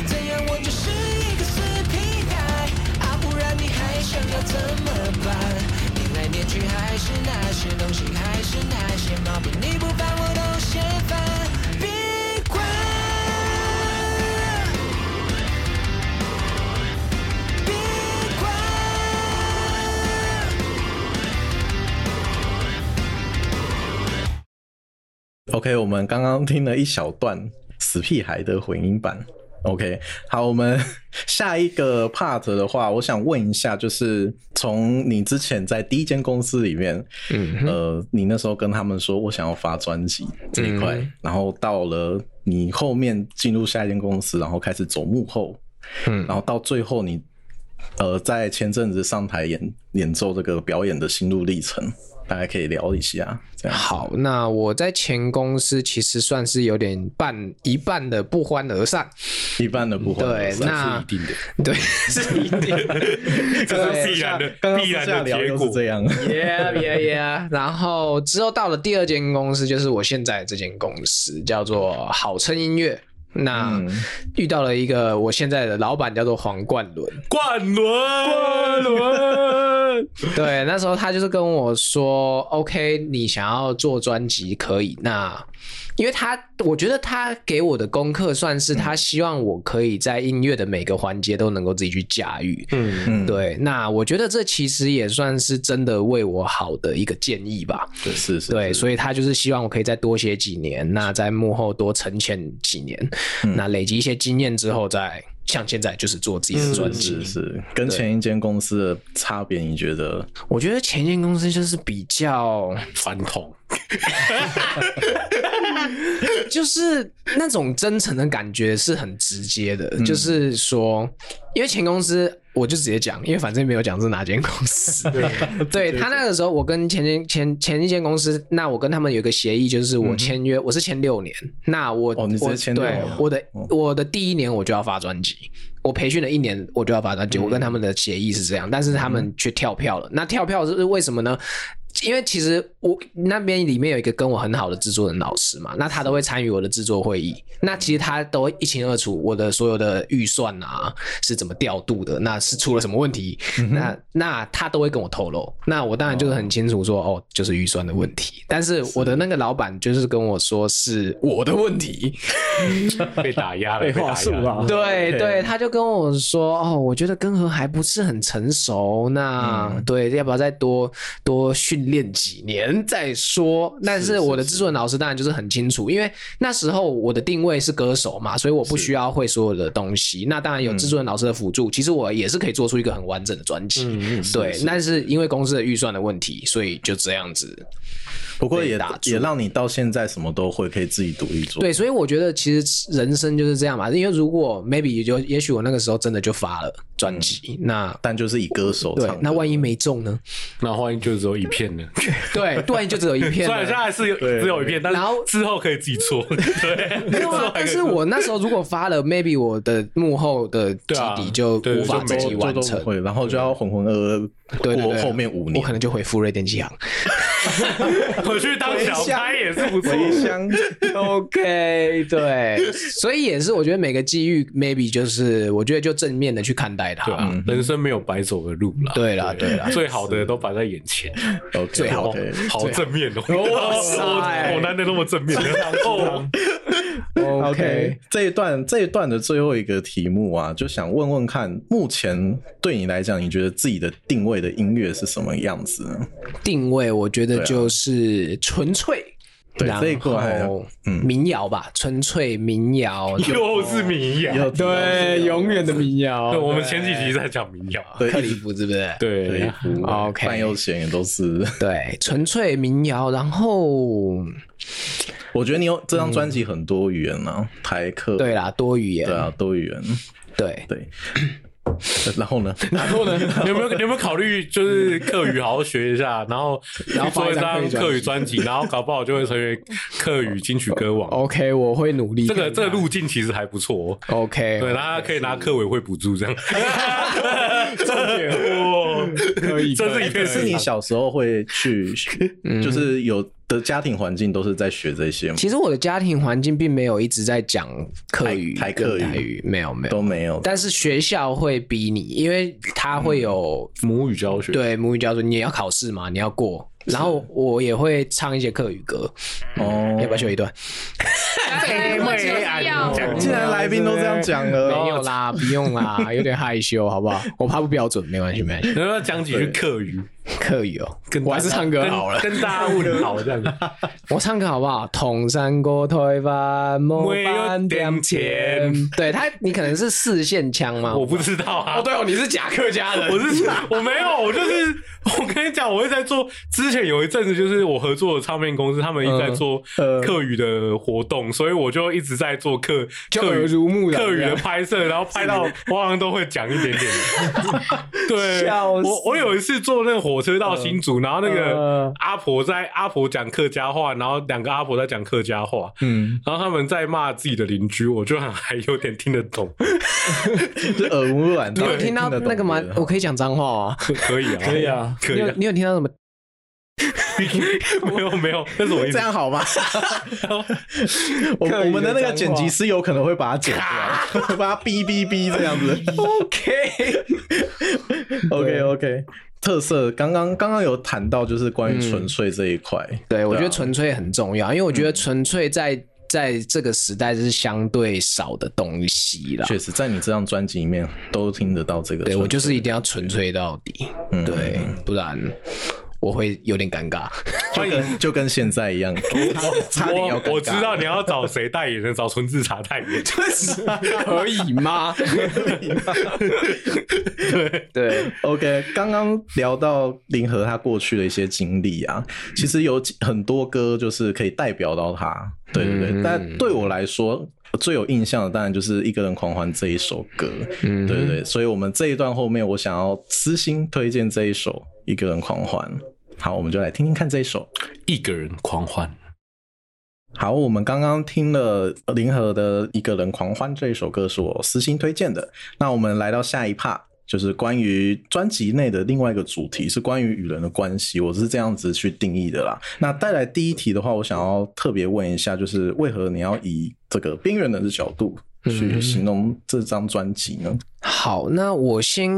Speaker 2: 这样我就是一个死皮孩，啊，不然你还想要怎么办？念来念去还是那些东西，还是那些毛病，你不烦我都嫌烦，别管。别管，
Speaker 1: OK，我们刚刚听了一小段死屁孩的混音版。OK，好，我们 下一个 part 的话，我想问一下，就是从你之前在第一间公司里面，嗯，呃，你那时候跟他们说我想要发专辑这一块，
Speaker 6: 嗯
Speaker 1: 然后到了你后面进入下一间公司，然后开始走幕后，
Speaker 6: 嗯
Speaker 1: 然后到最后你，呃，在前阵子上台演演奏这个表演的心路历程，大概可以聊一下，这样子
Speaker 6: 好，那我在前公司其实算是有点半一半的不欢而散，
Speaker 1: 一般的不会，
Speaker 6: 对，那
Speaker 4: 定的，
Speaker 6: 对是一定的，
Speaker 4: 这
Speaker 6: 对
Speaker 4: 是必然的
Speaker 1: 刚，刚
Speaker 4: 必然
Speaker 1: 私下
Speaker 4: 的
Speaker 1: 聊
Speaker 4: 结
Speaker 1: 又
Speaker 4: 果
Speaker 1: 是。这样，
Speaker 6: yeah yeah yeah。然后之后到了第二间公司，就是我现在这间公司，叫做好称音乐。那、
Speaker 1: 嗯
Speaker 6: 遇到了一个我现在的老板叫做黄冠伦，
Speaker 4: 冠伦，冠伦，
Speaker 6: 对，那时候他就是跟我说，OK，你想要做专辑可以，那因为他我觉得他给我的功课算是他希望我可以在音乐的每个环节都能够自己去驾驭，
Speaker 4: 嗯，
Speaker 1: 嗯，
Speaker 6: 对，那我觉得这其实也算是真的为我好的一个建议吧。
Speaker 1: 对，是是，
Speaker 6: 对，
Speaker 1: 是
Speaker 6: 所以他就是希望我可以再多写几年，那在幕后多沉潜几年，
Speaker 1: 嗯
Speaker 6: 那累积一些经验之后再，像现在就是做自己的专辑。
Speaker 1: 嗯是是跟前一间公司的差别，你觉得？
Speaker 6: 我觉得前一间公司就是比较，
Speaker 4: 传统，
Speaker 6: 就是
Speaker 1: 嗯
Speaker 6: 那种真诚的感觉是很直接的，就是说，因为前公司我就直接讲，因为反正没有讲是哪间公司。
Speaker 1: 啊
Speaker 6: 对他那个时候，我跟前前前前一间公司，那我跟他们有一个协议，就是我签约，我是签六年，那我
Speaker 1: 嗯哦你直接
Speaker 6: 我
Speaker 1: 签六
Speaker 6: 对
Speaker 1: 年哦
Speaker 6: 我的我的第一年我就要发专辑。我培训了一年，我就要发专辑。我跟他们的协议是这样，但是他们却跳票了。那跳票是为什么呢？因为其实我那边里面有一个跟我很好的制作人老师嘛，那他都会参与我的制作会议，那其实他都会一清二楚我的所有的预算啊是怎么调度的，那是出了什么问题，那那他都会跟我透露，那我当然就是很清楚说嗯哦，就是预算的问题，但是我的那个老板就是跟我说是我的问题，
Speaker 4: 被打压了，
Speaker 3: 被
Speaker 4: 被
Speaker 3: 话
Speaker 4: 打
Speaker 3: 术
Speaker 4: 压
Speaker 1: 啊
Speaker 4: 了。
Speaker 3: 啦。
Speaker 6: 对
Speaker 1: OK
Speaker 6: 对，他就跟我说：“哦，我觉得根河还不是很成熟，那、对，要不要再多多训练几年再说？”但是我的制作人老师当然就是很清楚，因为那时候我的定位是歌手嘛，所以我不需要会所有的东西。那当然有制作人老师的辅助，其实我也是可以做出一个很完整的专辑。对，但嗯是因为公司的预算的问题，所以就这样子。
Speaker 1: 不过也
Speaker 6: 被打住
Speaker 1: 也让你到现在什么都会，可以自己独立做。
Speaker 6: 对，所以我觉得其实人生就是这样嘛，因为如果 maybe 就也许我那个时候真的就发了专辑，那
Speaker 1: 但就是以歌手
Speaker 6: 对
Speaker 1: 唱，歌，
Speaker 6: 那万一没中呢？
Speaker 4: 那欢迎就只有一片了，
Speaker 6: 对，突然就只有一 片
Speaker 7: 虽然现
Speaker 6: 了。
Speaker 7: 在是有只有一片，但是
Speaker 6: 然后
Speaker 7: 之后可以自己 做。对，
Speaker 6: 没有啊，但是我那时候如果发了，maybe 我的幕后的基
Speaker 4: 对啊
Speaker 6: 底就
Speaker 4: 对
Speaker 6: 无法
Speaker 4: 就
Speaker 6: 自
Speaker 4: 没
Speaker 1: 都
Speaker 6: 己
Speaker 1: 就
Speaker 6: 完
Speaker 1: 都
Speaker 6: 成
Speaker 1: 不。会，然后就要浑浑噩
Speaker 6: 对对
Speaker 1: 噩过
Speaker 6: 对，
Speaker 1: 后面五
Speaker 6: 我可
Speaker 1: 年。
Speaker 6: 能就回富瑞电器行。
Speaker 7: 回去当小开也是不错。
Speaker 1: 回乡
Speaker 6: OK，对，所以也是我觉得每个机遇，maybe 就是我觉得就正面的去看待它
Speaker 4: 对。啊，人生没有白走的路啦。啊
Speaker 6: 对啦对啦
Speaker 4: 最好的都摆在眼前，
Speaker 1: ，OK，
Speaker 6: 最好
Speaker 1: OK
Speaker 4: 好正面哦。
Speaker 6: 哇塞
Speaker 7: 我难得那么正面。哦，
Speaker 1: OK，这一段这一段的最后一个题目啊，就想问问看，目前对你来讲，你觉得自己的定位的音乐是什么样子呢？
Speaker 6: 定位，我觉得
Speaker 1: 对啊
Speaker 6: 就是纯粹。
Speaker 1: 对
Speaker 6: 然
Speaker 1: 这一块
Speaker 6: 后
Speaker 1: 嗯
Speaker 6: 民谣吧，纯粹民谣，
Speaker 7: 又是民谣。
Speaker 1: 有
Speaker 3: 对，永远的民谣。
Speaker 7: 对，我们前几集在讲民谣，
Speaker 1: 对
Speaker 6: 克里夫是不是？
Speaker 4: 对，哦
Speaker 6: OK
Speaker 1: 范佑贤也都是，
Speaker 6: 对，纯粹民谣，然后
Speaker 1: 我觉得你有这张专辑很多语言啊，台客
Speaker 6: 对啦，多语言，
Speaker 1: 对啊，多语言
Speaker 6: 对
Speaker 1: 对，然 后呢？
Speaker 4: 然后呢？有没有你有没有考虑就是客语好好学一下，然后
Speaker 6: 然后
Speaker 4: 去做一
Speaker 6: 发一
Speaker 4: 张
Speaker 6: 张
Speaker 4: 客
Speaker 6: 客
Speaker 4: 语
Speaker 6: 语
Speaker 4: 专辑，然后搞不好就会成为客语金曲歌王。
Speaker 6: OK，我会努力
Speaker 4: 这
Speaker 6: 看
Speaker 4: 个
Speaker 6: 哦看。
Speaker 4: 这个路径其实还不错哦。
Speaker 6: OK，
Speaker 4: 对，大家可以拿客委会补助这样。
Speaker 3: 可以，
Speaker 4: 这是一
Speaker 1: 可
Speaker 4: 片
Speaker 1: 是你小时候会去，
Speaker 6: 嗯
Speaker 1: 就是有的家庭环境都是在学这些吗？
Speaker 6: 其实我的家庭环境并没有一直在讲客语、
Speaker 1: 台台
Speaker 6: 跟
Speaker 1: 客语
Speaker 6: 台语，没有没
Speaker 1: 都
Speaker 6: 有。
Speaker 1: 没有，
Speaker 6: 但是学校会逼你，因为他会有、
Speaker 4: 母语教学，
Speaker 6: 对母语教授，你也要考试嘛，你要过。然后我也会唱一些客语歌，
Speaker 1: 哦
Speaker 6: 要不要秀一段？
Speaker 5: 哎我就是要
Speaker 1: 既然来宾都这样讲了，
Speaker 6: 没有啦，不用啦，有点害羞，好不好？我怕不标准，没关系，没关系。
Speaker 4: 能不能讲几句客语？
Speaker 6: 客语哦
Speaker 4: 跟，
Speaker 6: 我还是唱歌
Speaker 4: 跟
Speaker 6: 好了。
Speaker 4: 跟大家问好这样。
Speaker 6: 我唱歌好不好？同山过推翻，莫半点钱。对他，你可能是四线腔吗？
Speaker 4: 我不知道啊，
Speaker 6: 对哦，你是假客家 人。
Speaker 4: 我是 我没有，我就是我跟你讲，我会在做。之前有一阵子，就是我合作的唱片公司，他们一直
Speaker 6: 嗯
Speaker 4: 在做客语的活动，所以我就一直在做客
Speaker 6: 就
Speaker 4: 客
Speaker 6: 耳
Speaker 4: 语
Speaker 6: 濡目染
Speaker 4: 客语
Speaker 6: 这
Speaker 4: 的
Speaker 6: 样
Speaker 4: 拍摄，然后拍到我好像都会讲一点 点。对，
Speaker 6: 笑死嗯
Speaker 4: 我我有一次坐那个火车到新竹，然后那
Speaker 8: 啊
Speaker 4: 个阿婆在阿婆讲客家话，然后两个阿婆在讲客家话，嗯，然后他们在骂自己的邻居，我就还有点听得懂，
Speaker 1: 是啊耳濡目染。
Speaker 6: 你有听到那个吗？我可以讲脏话吗？
Speaker 4: 可以啊，
Speaker 3: 可以啊，
Speaker 4: 可
Speaker 6: 你
Speaker 4: 以
Speaker 6: 有
Speaker 4: 啊。
Speaker 6: 你有听到什么？
Speaker 4: 没有没有，那是我意思。
Speaker 1: 这样 好吗？我
Speaker 6: 客语的
Speaker 1: 我们的那个剪辑师有可能会把它剪掉，把它哔哔哔这样子。OK OK OK，特色刚刚刚刚有谈到就是关于纯粹这一块，
Speaker 6: 对，我觉得
Speaker 1: 啊
Speaker 6: 纯粹很重要，因为我觉得纯粹在在这个时代是相对少的东西啦。
Speaker 1: 确实在你这张专辑里面都听得到这个。
Speaker 6: 对我就是一定要纯粹到底，
Speaker 1: 嗯
Speaker 6: 对，不然我会有点尴尬。
Speaker 1: 就跟就跟现在一 样，差点要尴尬
Speaker 4: 我我知道你要找谁代言的，找纯自茶代言。
Speaker 6: 可以吗？对对，
Speaker 1: OK，刚刚聊到林和他过去的一些经历啊，其实有几很多歌就是可以代表到他，对对对。
Speaker 6: 嗯
Speaker 1: 但对我来说，最有印象的当然就是《一个人狂欢》这一首歌，嗯，对对，所以我们这一段后面我想要私心推荐这一首《一个人狂欢》。好，我们就来听听看这一首。
Speaker 8: 一个人狂欢。
Speaker 1: 好，我们刚刚听了林和的《一个人狂欢》这一首歌，是我私心推荐的。那我们来到下一 part，就是关于专辑内的另外一个主题，是关于与人的关系。我是这样子去定义的
Speaker 8: 嗯
Speaker 1: 啦。那带来第一题的话，我想要特别问一下，就是为何你要以这个边缘人的角度去形容这张专辑呢？
Speaker 6: 好，那我先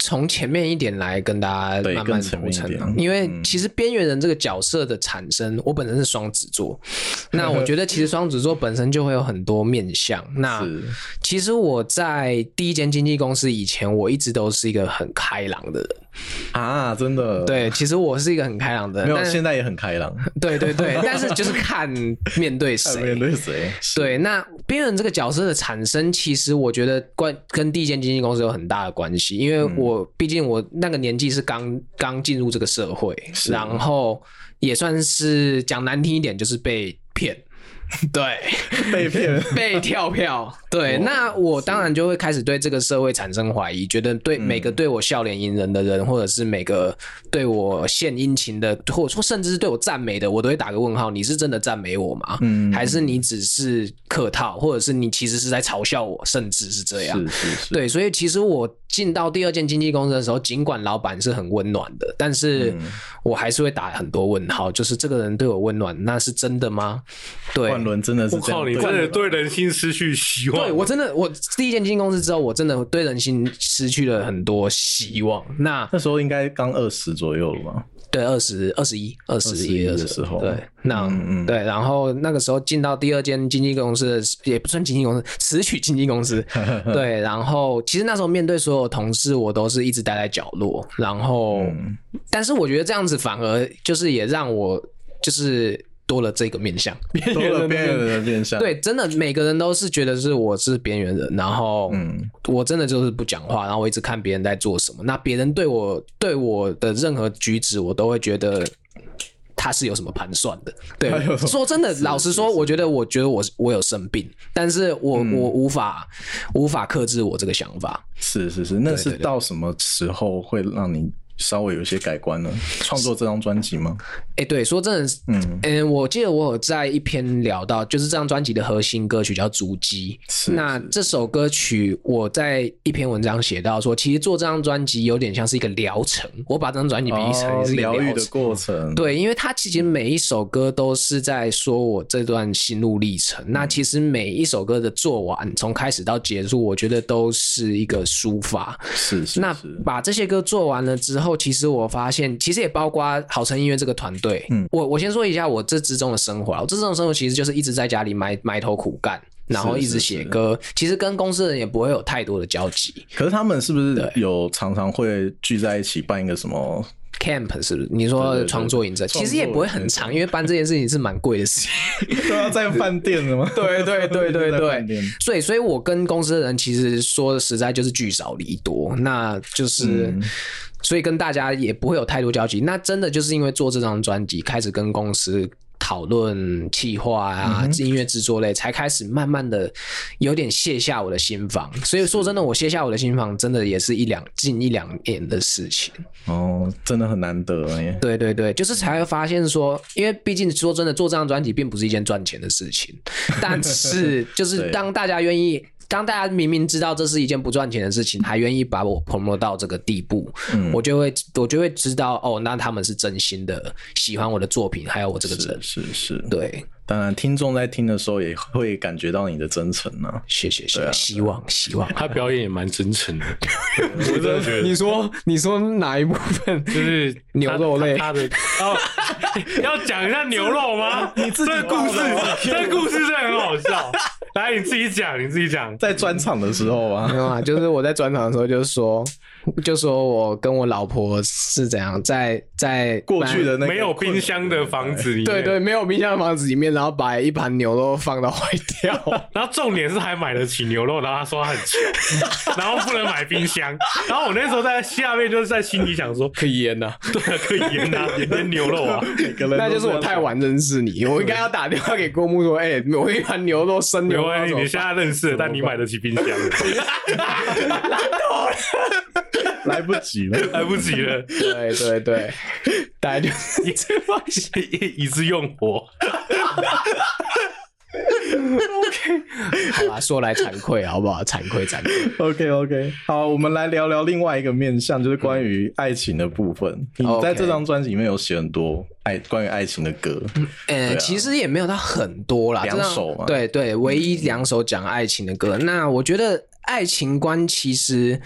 Speaker 6: 从前面一点来跟大家
Speaker 1: 对
Speaker 6: 慢
Speaker 1: 更
Speaker 6: 慢
Speaker 1: 前
Speaker 6: 铺
Speaker 1: 面一
Speaker 6: 陈
Speaker 1: 点嗯
Speaker 6: 啊，因为其实边缘人这个角色的产生，我本身是双子座，那我觉得其实双子座本身就会有很多面相。那
Speaker 8: 嗯
Speaker 1: 是
Speaker 6: 其实我在第一间经纪公司以前，我一直都是一个很开朗的人。
Speaker 1: 啊，真的，，
Speaker 6: 对，其实我是一个很开朗的
Speaker 1: 没
Speaker 6: 人，
Speaker 1: 有，
Speaker 6: 但
Speaker 1: 现在也很开朗，哎
Speaker 6: 对对对，但是就是看面对
Speaker 1: 看
Speaker 6: 谁
Speaker 1: 面。对谁？是
Speaker 6: 对，那边缘人这个角色的产生，其实我觉得关跟第一间经纪公司有很大的关系，因为我毕竟我那个年纪是刚刚进入这个社会，然后也算是讲难听一点，就是被骗。对，
Speaker 1: 被骗，
Speaker 6: 被跳票。对，那我当然就会开始对这个社会产生怀疑，觉得对每个对我笑脸迎人的人，或者是每个对我献殷勤的，或者说甚至是对我赞美的，我都会打个问号：你是真的赞美我吗？
Speaker 1: 嗯
Speaker 6: 还是你只是客套，或者是你其实是在嘲笑我，甚至是这
Speaker 8: 啊
Speaker 6: 样
Speaker 1: 是。是是，
Speaker 6: 对，所以其实我进到第二间经纪公司的时候，尽管老板是很温暖的，但
Speaker 1: 嗯
Speaker 6: 是我还是会打很多问号，就是这个人对我温暖，那是真的吗？对，
Speaker 1: 冠伦真的是
Speaker 8: 我
Speaker 1: 这样
Speaker 8: 靠，你
Speaker 1: 对
Speaker 8: 真
Speaker 1: 的
Speaker 8: 的对人心失去希望。
Speaker 6: 对我真的，我第一间进公司之后，我真的对人性失去了很多希望。那
Speaker 1: 那时候应该刚二十左右了吧？
Speaker 6: 对二十二十一、二十一、
Speaker 1: 21
Speaker 6: 二
Speaker 1: 的
Speaker 6: 十
Speaker 1: 时候
Speaker 6: 对，那
Speaker 1: 嗯嗯
Speaker 6: 对，然后那个时候进到第二间经纪公司的时，也不算经纪公司， 词曲经纪公司。对，然后其实那时候面对所有同事，我都是一直待在角落，然后，
Speaker 1: 嗯
Speaker 6: 但是我觉得这样子反而就是也让我就是多了这个面相。
Speaker 1: 多了边缘人的面相，
Speaker 6: 对，真的每个人都是觉得是我是边缘人，然后
Speaker 1: 嗯
Speaker 6: 我真的就是不讲话，然后我一直看别人在做什么。那别人对我对我的任何举止，我都会觉得。他是有什么盘算的？对
Speaker 1: 哎，呦
Speaker 6: 说真的，老实说，我觉得，我觉得我我有生病，但是我、
Speaker 1: 嗯
Speaker 6: 我无法无法克制我这个想法。
Speaker 1: 是是是，那是到什么时候会让你稍微有一些改观呢？创作这张专辑吗？
Speaker 6: 哎、对，说真的，嗯
Speaker 1: 嗯
Speaker 6: 我记得我有在一篇聊到，就是这张专辑的核心歌曲叫《足迹》。
Speaker 1: 是
Speaker 6: 那这首歌曲，我在一篇文章写到说，其实做这张专辑有点像是一个疗程，我把这张专辑比喻成
Speaker 1: 哦
Speaker 6: 是一个
Speaker 1: 疗
Speaker 6: 疗
Speaker 1: 愈
Speaker 6: 程。
Speaker 1: 的过程，
Speaker 6: 对，因为它其实每一首歌都是在说我这段心路历程。
Speaker 1: 嗯
Speaker 6: 那其实每一首歌的做完，从开始到结束，我觉得都是一个抒发。
Speaker 1: 是是
Speaker 6: 那
Speaker 1: 是，
Speaker 6: 把这些歌做完了之后，其实我发现，其实也包括好声音乐这个团队。
Speaker 1: 嗯
Speaker 6: 我我先说一下我这之中的生活啊，我这之中的生活其实就是一直在家里埋埋头苦干，然后
Speaker 1: 是
Speaker 6: 一直
Speaker 1: 是
Speaker 6: 写
Speaker 1: 是
Speaker 6: 歌。其实跟公司的人也不会有太多的交集。
Speaker 1: 可是他们是不是有常常会聚在一起办一个什么？
Speaker 6: Camp 是不是？你
Speaker 1: 对对
Speaker 6: 说
Speaker 1: 对
Speaker 6: 创作营这，
Speaker 1: 创
Speaker 6: 其实也
Speaker 1: 作
Speaker 6: 不会
Speaker 1: 营
Speaker 6: 很
Speaker 1: 这
Speaker 6: 长，因为搬这件事情是蛮贵的事 情。
Speaker 1: 都要在饭店的吗？
Speaker 6: 对对 对对
Speaker 1: 在
Speaker 6: 对
Speaker 1: 饭店
Speaker 6: 所以，所以我跟公司的人其实说实在就是聚少离多，那就是、所以跟大家也不会有太多交集。那真的就是因为做这张专辑，开始跟公司讨论企划啊、音乐制作类，才开始慢慢的有点卸下我的心防。所以说真的，我卸下我的心防，真的也是一两近一两年的事情。
Speaker 1: 哦，真的很难得哎。
Speaker 6: 对对对，就是才会发现说，因为毕竟说真的，做这张专辑并不是一件赚钱的事情，但是就是
Speaker 1: 对
Speaker 6: 当大家愿意。当大家明明知道这是一件不赚钱的事情，还愿意把我 promo 到这个地步，我就会我就会知道哦，那他们是真心的喜欢我的作品，还有我这个人
Speaker 1: 是。是是，
Speaker 6: 对，
Speaker 1: 当然，听众在听的时候也会感觉到你的真诚啊呢、
Speaker 6: 谢谢谢谢，希望希望。
Speaker 8: 他表演也蛮真诚的，我真的觉得
Speaker 6: 你说你说哪一部分？
Speaker 8: 就是 他
Speaker 6: 牛肉类
Speaker 8: 他他的哦， 要讲一下牛肉吗？你自己这个故事， 这个故事真的很好笑。来，你自己讲，你自己讲。
Speaker 1: 在专场的时候
Speaker 6: 没
Speaker 1: 啊，
Speaker 6: 有啊，就是我在专场的时候，就是说，就说我跟我老婆是怎样在在
Speaker 1: 过去的那个
Speaker 8: 没有冰箱的房子里面，
Speaker 6: 对对，没有冰箱的房子里面，然后把一盘牛肉放到坏 掉。
Speaker 8: 然后重点是还买得起牛肉，然后他说他很穷，然后不能买冰箱。然后我那时候在下面就是在心里想说，可以腌呐、 对啊，可以腌呐、腌牛肉 啊。
Speaker 1: 每个人都
Speaker 6: 那就是我
Speaker 1: 这样
Speaker 6: 太晚认识你，我应该要打电话给郭牧说，哎、我有一盘牛肉生牛
Speaker 8: 没关啊系，你现在认识了，但你买得起 冰箱了，
Speaker 1: 来不及了。
Speaker 8: 来不及了，
Speaker 6: 对对对， 大概就是这方向。
Speaker 8: 一一次用火。
Speaker 6: 好吧，说来惭愧，好不好？惭愧惭愧。
Speaker 1: OK OK，好，我们来聊聊另外一个面向，就是关于爱情的部分。你
Speaker 6: 嗯 OK
Speaker 1: 在这张专辑里面有写很多爱关于爱情的歌，
Speaker 6: 呃、其实也没有到很多啦，
Speaker 1: 两
Speaker 6: 这样
Speaker 1: 首嘛
Speaker 6: 对对，唯一两首讲爱情的歌。那我觉得爱情观其实。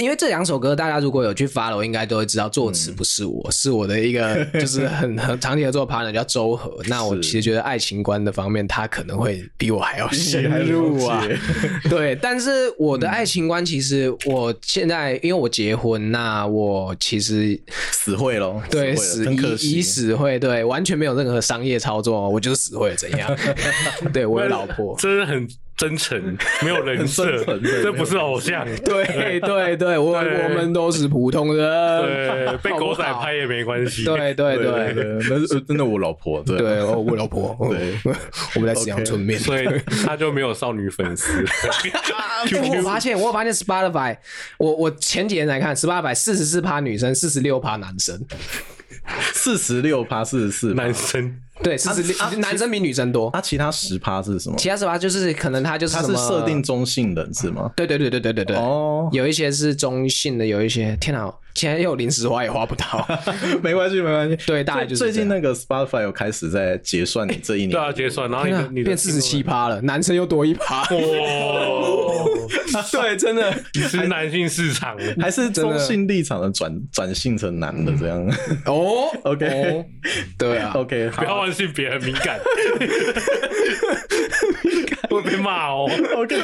Speaker 6: 因为这两首歌，大家如果有去 follow，应该都会知道作词不是我，是我的一个就是很很长期合作的 partner 叫周和。那我
Speaker 1: 是
Speaker 6: 其实觉得爱情观的方面，他可能会比我还要深
Speaker 1: 还了
Speaker 6: 入啊
Speaker 1: 解。
Speaker 6: 对，但是我的爱情观，其实我现在因为我结婚，那我其实
Speaker 1: 死会咯，
Speaker 6: 对，
Speaker 1: 死
Speaker 6: 死
Speaker 1: 会了真可
Speaker 6: 以以
Speaker 1: 惜。
Speaker 6: 死会，对，完全没有任何商业操作，我就是死会怎样？对我有 老婆，
Speaker 8: 真的很真诚，没有人
Speaker 1: 很
Speaker 8: 设
Speaker 1: 真诚，对
Speaker 8: 这不是偶像。
Speaker 6: 对对对，我我们都是普通人，
Speaker 8: 对，被
Speaker 6: 好不
Speaker 8: 狗仔
Speaker 6: 好
Speaker 8: 拍。也没关系。
Speaker 6: 对对
Speaker 1: 对
Speaker 6: 对
Speaker 1: 对，那是真的我老婆，对啊
Speaker 6: 对，哦，我老婆，
Speaker 1: 对
Speaker 6: 哦 我们在吃阳春面。
Speaker 8: 所以他就没有少女粉 丝。
Speaker 6: 哎我发现，我发现 Spotify，我我前几天来看，Spotify 四十四趴女生，四十六趴男生，
Speaker 1: 四十六趴，四十四
Speaker 8: 男生
Speaker 6: 对，四十六男生比女生多，
Speaker 1: 啊，其他十趴是什么？
Speaker 6: 其他十趴就是可能他就是
Speaker 1: 它
Speaker 6: 什
Speaker 1: 是
Speaker 6: 么
Speaker 1: 设定，中性人是吗？
Speaker 6: 对对对对对对对，
Speaker 1: 哦，
Speaker 6: 有一些是中性的，有一些天哪，现在又临时花也花不到。
Speaker 1: 没关系，没关系。
Speaker 6: 对大概就是
Speaker 1: 最
Speaker 6: 这
Speaker 1: 近
Speaker 6: 样
Speaker 1: 那个 Spotify 有开始在结算你这一年，
Speaker 8: 对啊，结算，然后你
Speaker 6: 天
Speaker 8: 的
Speaker 6: 啊，
Speaker 8: 你的
Speaker 6: 变四十七趴了，男生又多一趴。
Speaker 8: 哦，
Speaker 6: 对，真的，
Speaker 8: 你是男性市场了。
Speaker 1: 还是
Speaker 6: 真的
Speaker 1: 中性立场的转转性成男的 这样。
Speaker 6: 哦
Speaker 1: OK
Speaker 6: 哦对 啊，
Speaker 1: OK，
Speaker 8: 不要
Speaker 1: 好
Speaker 8: 玩性别，很敏感， 会被骂哦。
Speaker 1: ，OK，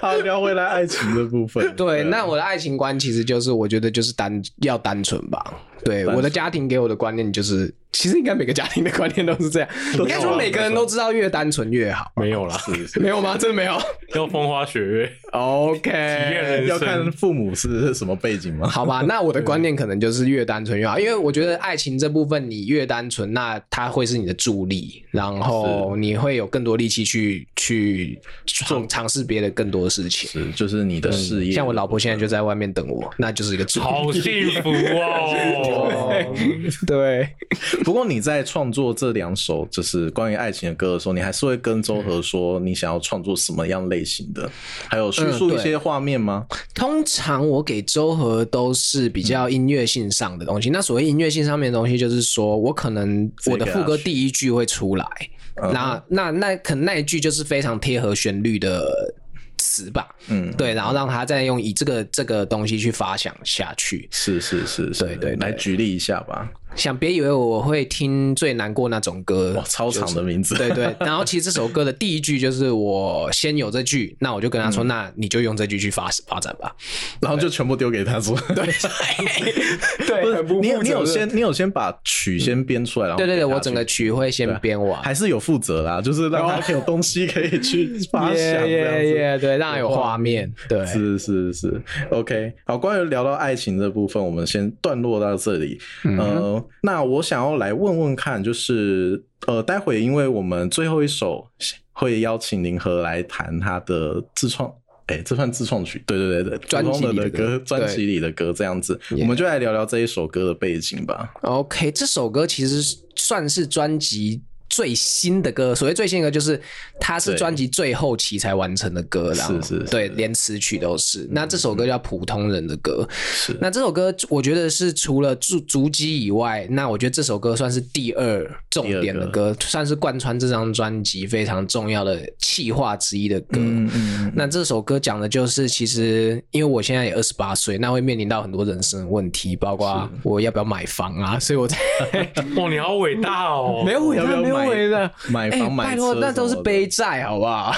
Speaker 1: 好，聊回来爱情的部分。
Speaker 6: 对，啊那我的爱情观其实就是，我觉得就是单要单纯吧。对，
Speaker 1: 纯
Speaker 6: 我的家庭给我的观念就是，其实应该每个家庭的观念都是啊这样，应该说每个人都知道越单纯越好，
Speaker 8: 没有啦，
Speaker 6: 没有吗？真的没有
Speaker 8: 要风花雪月，
Speaker 6: ？OK，
Speaker 8: 人
Speaker 1: 要
Speaker 8: 生
Speaker 1: 看父母是什么背景吗？
Speaker 6: 好 吧，那我的观念可能就是越单纯越好，因为我觉得爱情这部分你越单纯，那它会是你的助力，然后你会有更多力气去去尝尝试别的更多事情。
Speaker 1: 是，就是你的事业。
Speaker 6: 嗯像我老婆现在就在外面等我，那就是一个助
Speaker 8: 好
Speaker 6: 力。
Speaker 8: 幸福哦。
Speaker 6: 对，
Speaker 1: 不过你在创作这两首就是关于爱情的歌的时候，你还是会跟周和说你想要创作什么样类型的，还有叙述一些画面吗？
Speaker 6: 嗯通常我给周和都是比
Speaker 1: 嗯
Speaker 6: 较音乐性上的东西。那所谓音乐性上面的东西，就是说我可能我
Speaker 1: 啊
Speaker 6: 的副歌第一句会出来，
Speaker 1: 嗯
Speaker 6: 那那那可能那一句就是非常贴合旋律的词吧。
Speaker 1: 嗯，
Speaker 6: 对，然后让他再用以这个这个东西去发想下去。
Speaker 1: 是是是是，
Speaker 6: 对对对
Speaker 1: 来举例一下吧。
Speaker 6: 想别以为我会听最难过那种歌，
Speaker 1: 哇，超长的名字，
Speaker 6: 对对。然后其实这首歌的第一句就是我先有这句，那我就跟他
Speaker 1: 嗯
Speaker 6: 说，那你就用这句去发发展吧。
Speaker 1: 然后就全部丢给他做。 对，
Speaker 8: 哎
Speaker 1: 不是你有你有先你有先把曲先编出来，然后
Speaker 6: 对对对，
Speaker 1: 给他
Speaker 6: 我整个
Speaker 1: 去
Speaker 6: 曲会
Speaker 1: 啊
Speaker 6: 先编完，
Speaker 1: 还是有负责啦，就是让
Speaker 6: 哦
Speaker 1: 他有东西可 以去发想这样子。
Speaker 6: 耶，对，让他有画面，对，
Speaker 1: 是是是，OK，好，关于聊到爱情这部分，我们先段落到这里。
Speaker 6: 嗯
Speaker 1: 呃，那我想要来问问看，就是呃，待会因为我们最后一首会邀请林和来谈他的自创。哎、这算自创曲，对对对对，
Speaker 6: 专辑
Speaker 1: 普通的
Speaker 6: 里的歌
Speaker 1: 歌，专
Speaker 6: 对
Speaker 1: 辑里的歌这样子，
Speaker 6: Yeah
Speaker 1: 我们就来聊聊这一首歌的背景吧。
Speaker 6: OK，这首歌其实算是专辑最新的歌。所谓最新的歌，就是它是
Speaker 1: 对
Speaker 6: 专辑最后期才完成的歌啦。
Speaker 1: 是是是
Speaker 6: 对，连词曲都是。那这首歌叫《普通人的歌》。
Speaker 1: 是
Speaker 6: 那这首歌，我觉得是除了足足迹以外，那我觉得这首歌算是第二重点的歌，算是贯穿这张专辑非常重要的气划之一的歌。
Speaker 1: 嗯嗯，
Speaker 6: 那这首歌讲的就是，其实因为我现在也二十八岁，那会面临到很多人生的问题，包括我要不要买房啊，所以我 在
Speaker 8: 哇，你好伟大哦，
Speaker 6: 有尾
Speaker 1: 要不要买
Speaker 6: 的。
Speaker 1: 买
Speaker 6: 哎
Speaker 1: 房、买
Speaker 6: 拜
Speaker 1: 车
Speaker 6: 托，
Speaker 1: 什么的，
Speaker 6: 那都是背债，好不 好？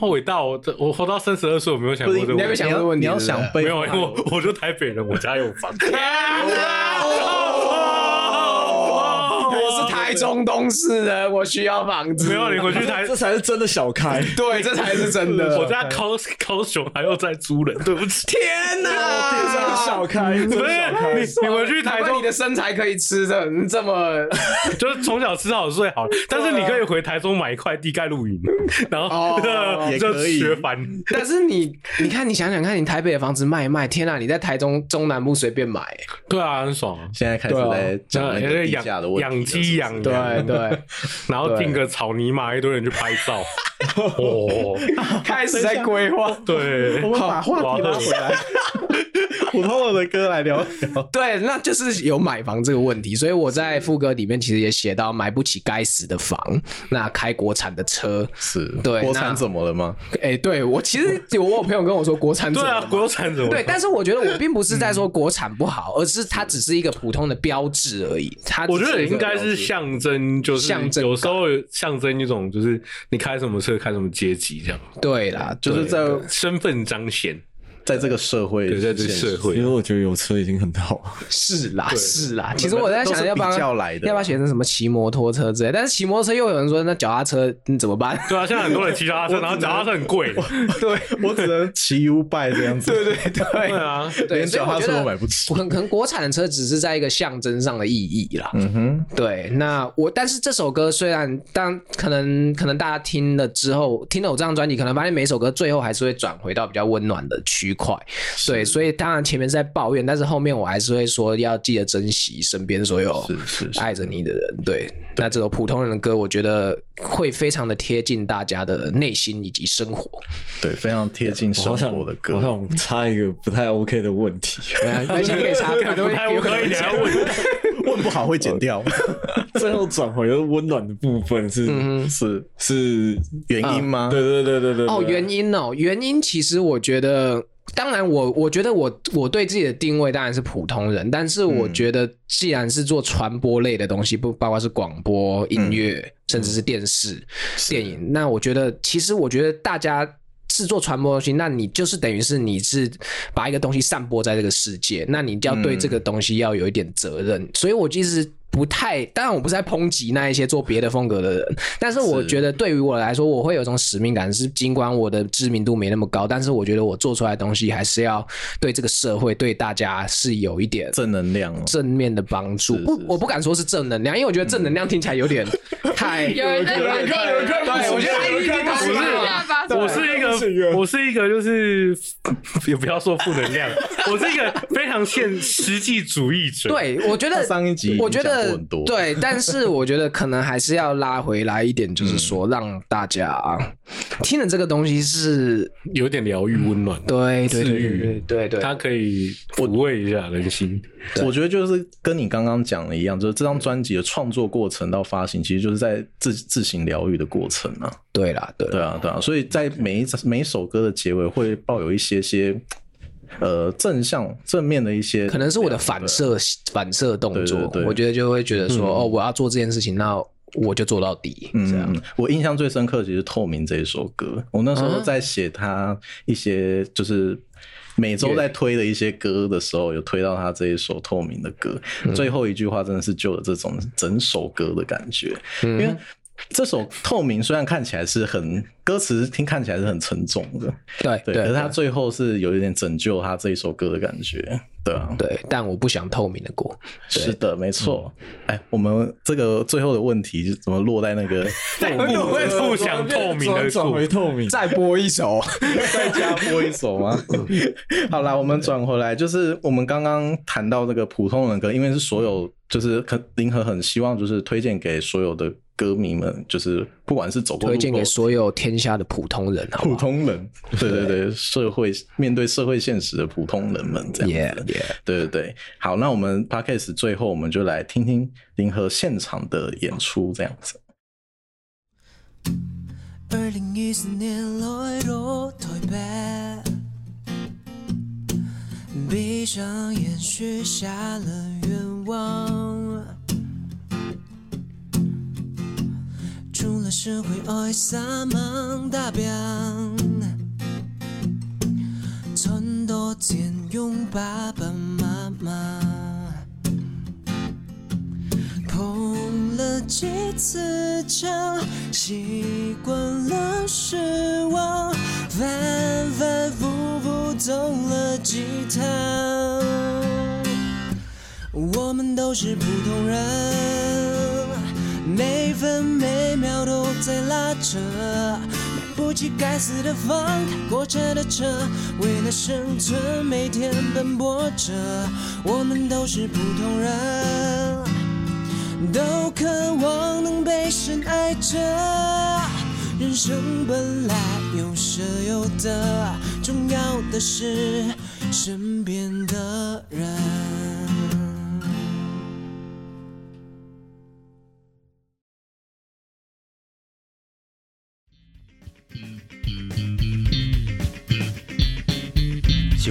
Speaker 8: 好伟大哦！这我活到三十二岁，我没有想
Speaker 1: 不
Speaker 8: 过
Speaker 1: 是。
Speaker 8: 这个
Speaker 1: 你
Speaker 8: 问
Speaker 1: 要
Speaker 6: 有
Speaker 8: 题。
Speaker 6: 想过这个
Speaker 1: 你要
Speaker 6: 问
Speaker 1: 你
Speaker 6: 题
Speaker 1: 要
Speaker 6: 对不对啊
Speaker 1: 想背
Speaker 8: 没有，因为我我就台北 人，我家有房。
Speaker 6: 我是台台中东市人，我需要房子。
Speaker 4: 没
Speaker 8: 啊
Speaker 4: 有你回去台
Speaker 9: 这才是真的小开。
Speaker 6: 对，这才是真 的。
Speaker 4: 我家高高雄还要再租人，对不起。
Speaker 6: 天
Speaker 9: 这才是
Speaker 6: 哪！
Speaker 9: 小开， 这
Speaker 4: 不
Speaker 9: 才是
Speaker 4: 是
Speaker 9: 小开。
Speaker 4: 你，你回去台
Speaker 6: 台中
Speaker 4: 中
Speaker 6: 你的身材可以吃的 这么
Speaker 4: 就是从小吃好睡好，但是你
Speaker 6: 啊
Speaker 4: 可以回台中买一块地盖露营， 然后
Speaker 1: 哦也
Speaker 4: 就
Speaker 1: 可以
Speaker 4: 学翻。
Speaker 6: 但是你，你看，你想想看，你台北的房子卖一卖，天啊！你在台中中南部随便买，
Speaker 4: 对啊，很爽啊。
Speaker 1: 现在开始在讲那
Speaker 4: 因
Speaker 1: 个
Speaker 4: 为
Speaker 1: 地
Speaker 4: 养
Speaker 1: 价的问题了，
Speaker 4: 养鸡
Speaker 1: 是
Speaker 4: 养
Speaker 1: 不是
Speaker 6: 对
Speaker 4: 羊，
Speaker 6: 对，
Speaker 4: 然后
Speaker 6: 对
Speaker 4: 订个草泥马，一堆人去拍 照。哦，
Speaker 6: 开始在规划。
Speaker 4: 对，
Speaker 1: 我们把话题拉回来，普通我的歌来聊聊。
Speaker 6: 对，那就是有买房这个问题，所以我在副歌里面其实也写到买不起该死的房，那开国产的车，
Speaker 1: 是
Speaker 6: 对
Speaker 1: 国
Speaker 6: 那
Speaker 1: 产怎么了吗？
Speaker 6: 哎、对我其实有我有朋友跟我说国产怎
Speaker 4: 对
Speaker 6: 么
Speaker 4: 啊
Speaker 6: 了，嘛
Speaker 4: 国产嗯怎么
Speaker 6: 对，但是我觉得我并不是在说国产不好，而是它只是一个普通的标志而已。它
Speaker 4: 我觉
Speaker 6: 只
Speaker 4: 得
Speaker 6: 一个
Speaker 4: 应该
Speaker 6: 标
Speaker 4: 是
Speaker 6: 志
Speaker 4: 象征，就是
Speaker 6: 象征感
Speaker 4: 有时候象征一种，就是你开什么车，开什么阶级，这样
Speaker 6: 对啦，
Speaker 1: 就是
Speaker 6: 对
Speaker 1: 在
Speaker 4: 身份彰显。
Speaker 1: 在这个社会，
Speaker 4: 对，在这个社会
Speaker 1: 会，
Speaker 9: 因为，我觉得有车已经很好了。
Speaker 6: 是啦，是啦。其实我在
Speaker 1: 都
Speaker 6: 想，
Speaker 1: 是
Speaker 6: 要不
Speaker 1: 比
Speaker 6: 要
Speaker 1: 较来的
Speaker 6: 要不要写成什么骑摩托车之类？但是骑摩托车又有人说，那脚踏车你怎么办？
Speaker 4: 对啊，现在很多人骑脚踏车，然后脚踏车很贵。
Speaker 1: 对我只能骑 U 拜这样子。对对
Speaker 4: 对啊，
Speaker 6: 对，
Speaker 1: 连
Speaker 6: 所以
Speaker 1: 脚
Speaker 6: 我
Speaker 1: 踏
Speaker 6: 觉
Speaker 1: 车
Speaker 6: 得
Speaker 1: 都买不起
Speaker 6: 可能可能国产的车只是在一个象征上的意义啦。
Speaker 1: 嗯哼，
Speaker 6: 对，那我但是这首歌虽然当可能可能大家听了之后，听了我这张专辑，可能发现每首歌最后还是会转回到比较温暖的区块。对，所以当然前面是在抱怨，但是后面我还是会说要记得珍惜身边所有
Speaker 1: 是是是，
Speaker 6: 爱着你的人。对，那这首普通人的歌，我觉得会非常的贴近大家的内心以及生活。
Speaker 1: 对，非常贴近
Speaker 9: 我
Speaker 1: 生
Speaker 9: 好想，
Speaker 1: 活的
Speaker 9: 我
Speaker 1: 歌。
Speaker 9: 想插一个不太 OK 的问题。
Speaker 6: 而且可以查看，
Speaker 4: 不太可以，你啊还要问。
Speaker 1: 问不好会剪掉，
Speaker 9: 最后转回了温暖的部分是
Speaker 6: 嗯
Speaker 1: 是
Speaker 9: 是，
Speaker 1: 原因
Speaker 3: 啊
Speaker 1: 吗？
Speaker 9: 对对对对对。
Speaker 6: 哦，
Speaker 9: 对
Speaker 6: 原因哦，原因其实我觉得，当然我我觉得我我对自己的定位当然是普通人，但是我
Speaker 9: 嗯
Speaker 6: 觉得既然是做传播类的东西，不包括是广播、音乐，
Speaker 9: 嗯
Speaker 6: 甚至是电视、电影，那我觉得其实我觉得大家。是做传播的东西，那你就是等于是你是把一个东西散播在这个世界，那你就要
Speaker 9: 嗯
Speaker 6: 对这个东西要有一点责任。所以我其实不太，当然我不是在抨击那一些做别的风格的人，但是我觉得对于我来说，我会有一种使命感，是尽管我的知名度没那么高，但是我觉得我做出来的东西还是要对这个社会、对大家是有一点
Speaker 1: 正能量哦，
Speaker 6: 正面的帮助。
Speaker 1: 是
Speaker 6: 不
Speaker 1: 是，
Speaker 6: 我不敢说是正能量，因为我觉得正能量听起来有点 太。
Speaker 5: 有人在反对，
Speaker 6: 啊
Speaker 5: 啊
Speaker 6: 对，我觉得有点
Speaker 5: 不
Speaker 6: 太
Speaker 5: 是
Speaker 6: 大了
Speaker 5: 啊
Speaker 4: 我是一个，我是一个，就是 也不要说负能量，我是一个非常现实际主义者。，
Speaker 6: 对，我觉得
Speaker 1: 上一集已经
Speaker 6: 我觉
Speaker 1: 讲过
Speaker 6: 得
Speaker 1: 很多
Speaker 6: 对，但是我觉得可能还是要拉回来一点，就是说
Speaker 1: 嗯
Speaker 6: 让大家听了这个东西是，
Speaker 4: 有点疗愈温暖，
Speaker 6: 对
Speaker 4: 治
Speaker 6: 对对
Speaker 4: 愈
Speaker 6: 对对对，
Speaker 4: 它可以抚慰一下人心。
Speaker 1: 我觉得就是跟你刚刚讲的一样，就是这张专辑的创作过程到发行，其实就是在自自行疗愈的过程啊。
Speaker 6: 对啦对啦
Speaker 1: 对啊，对啊，所以在每一每一首歌的结尾会抱有一些些呃正向正面的一些，
Speaker 6: 可能是我的反射反射动作，
Speaker 1: 啊对对对
Speaker 6: 我觉得就会觉得说，哦，我要做这件事情，那我就做到底，这
Speaker 1: 嗯。
Speaker 6: 样。
Speaker 1: 嗯，我印象最深刻其实是《透明》这一首歌，我那时候在写它一些就是。每周在推的一些歌的时候，有推到他这一首《透明》的歌，最后一句话真的是救了这种整首歌的感觉。因为这首《透明》虽然看起来是很歌词听看起来是很沉重的，
Speaker 6: 对对，
Speaker 1: 对，可是他最后是有一点拯救他这一首歌的感觉，对啊，
Speaker 6: 对，但我不想透明的过。
Speaker 1: 是的，没错。哎，我们这个最后的问题是怎么落在那个
Speaker 4: 不会不想透明的
Speaker 9: 转
Speaker 4: 故
Speaker 9: 回透明，
Speaker 6: 再播一首，
Speaker 1: 再加播一 首吗？好啦，我们转回来，就是我们刚刚谈到这个普通人歌，因为是所有，就是可林和很希望就是推荐给所有的歌迷们，就是不管是走过
Speaker 6: 推
Speaker 1: 路过
Speaker 6: 荐给所有天下的普通人，好不
Speaker 1: 普
Speaker 6: 好？
Speaker 1: 通人，对对对，社会面对社会现实的普通人们这样
Speaker 6: Yeah,
Speaker 1: 子对对对。好，那我们 podcast 最后我们就来听听林和现场的演出这样子。
Speaker 2: 二零二四年来到台北，闭上眼许下了愿望，除了社会爱撒网打拼，存到钱用爸爸妈妈。碰了几次讲，习惯了失望，反反复复动了几趟。我们都是普通人，每分每秒都在拉扯，买不起该死的房，开国产的车，为了生存每天奔波着。我们都是普通人，都渴望能被深爱着。人生本来有舍有得，重要的是身边的人。
Speaker 10: 喜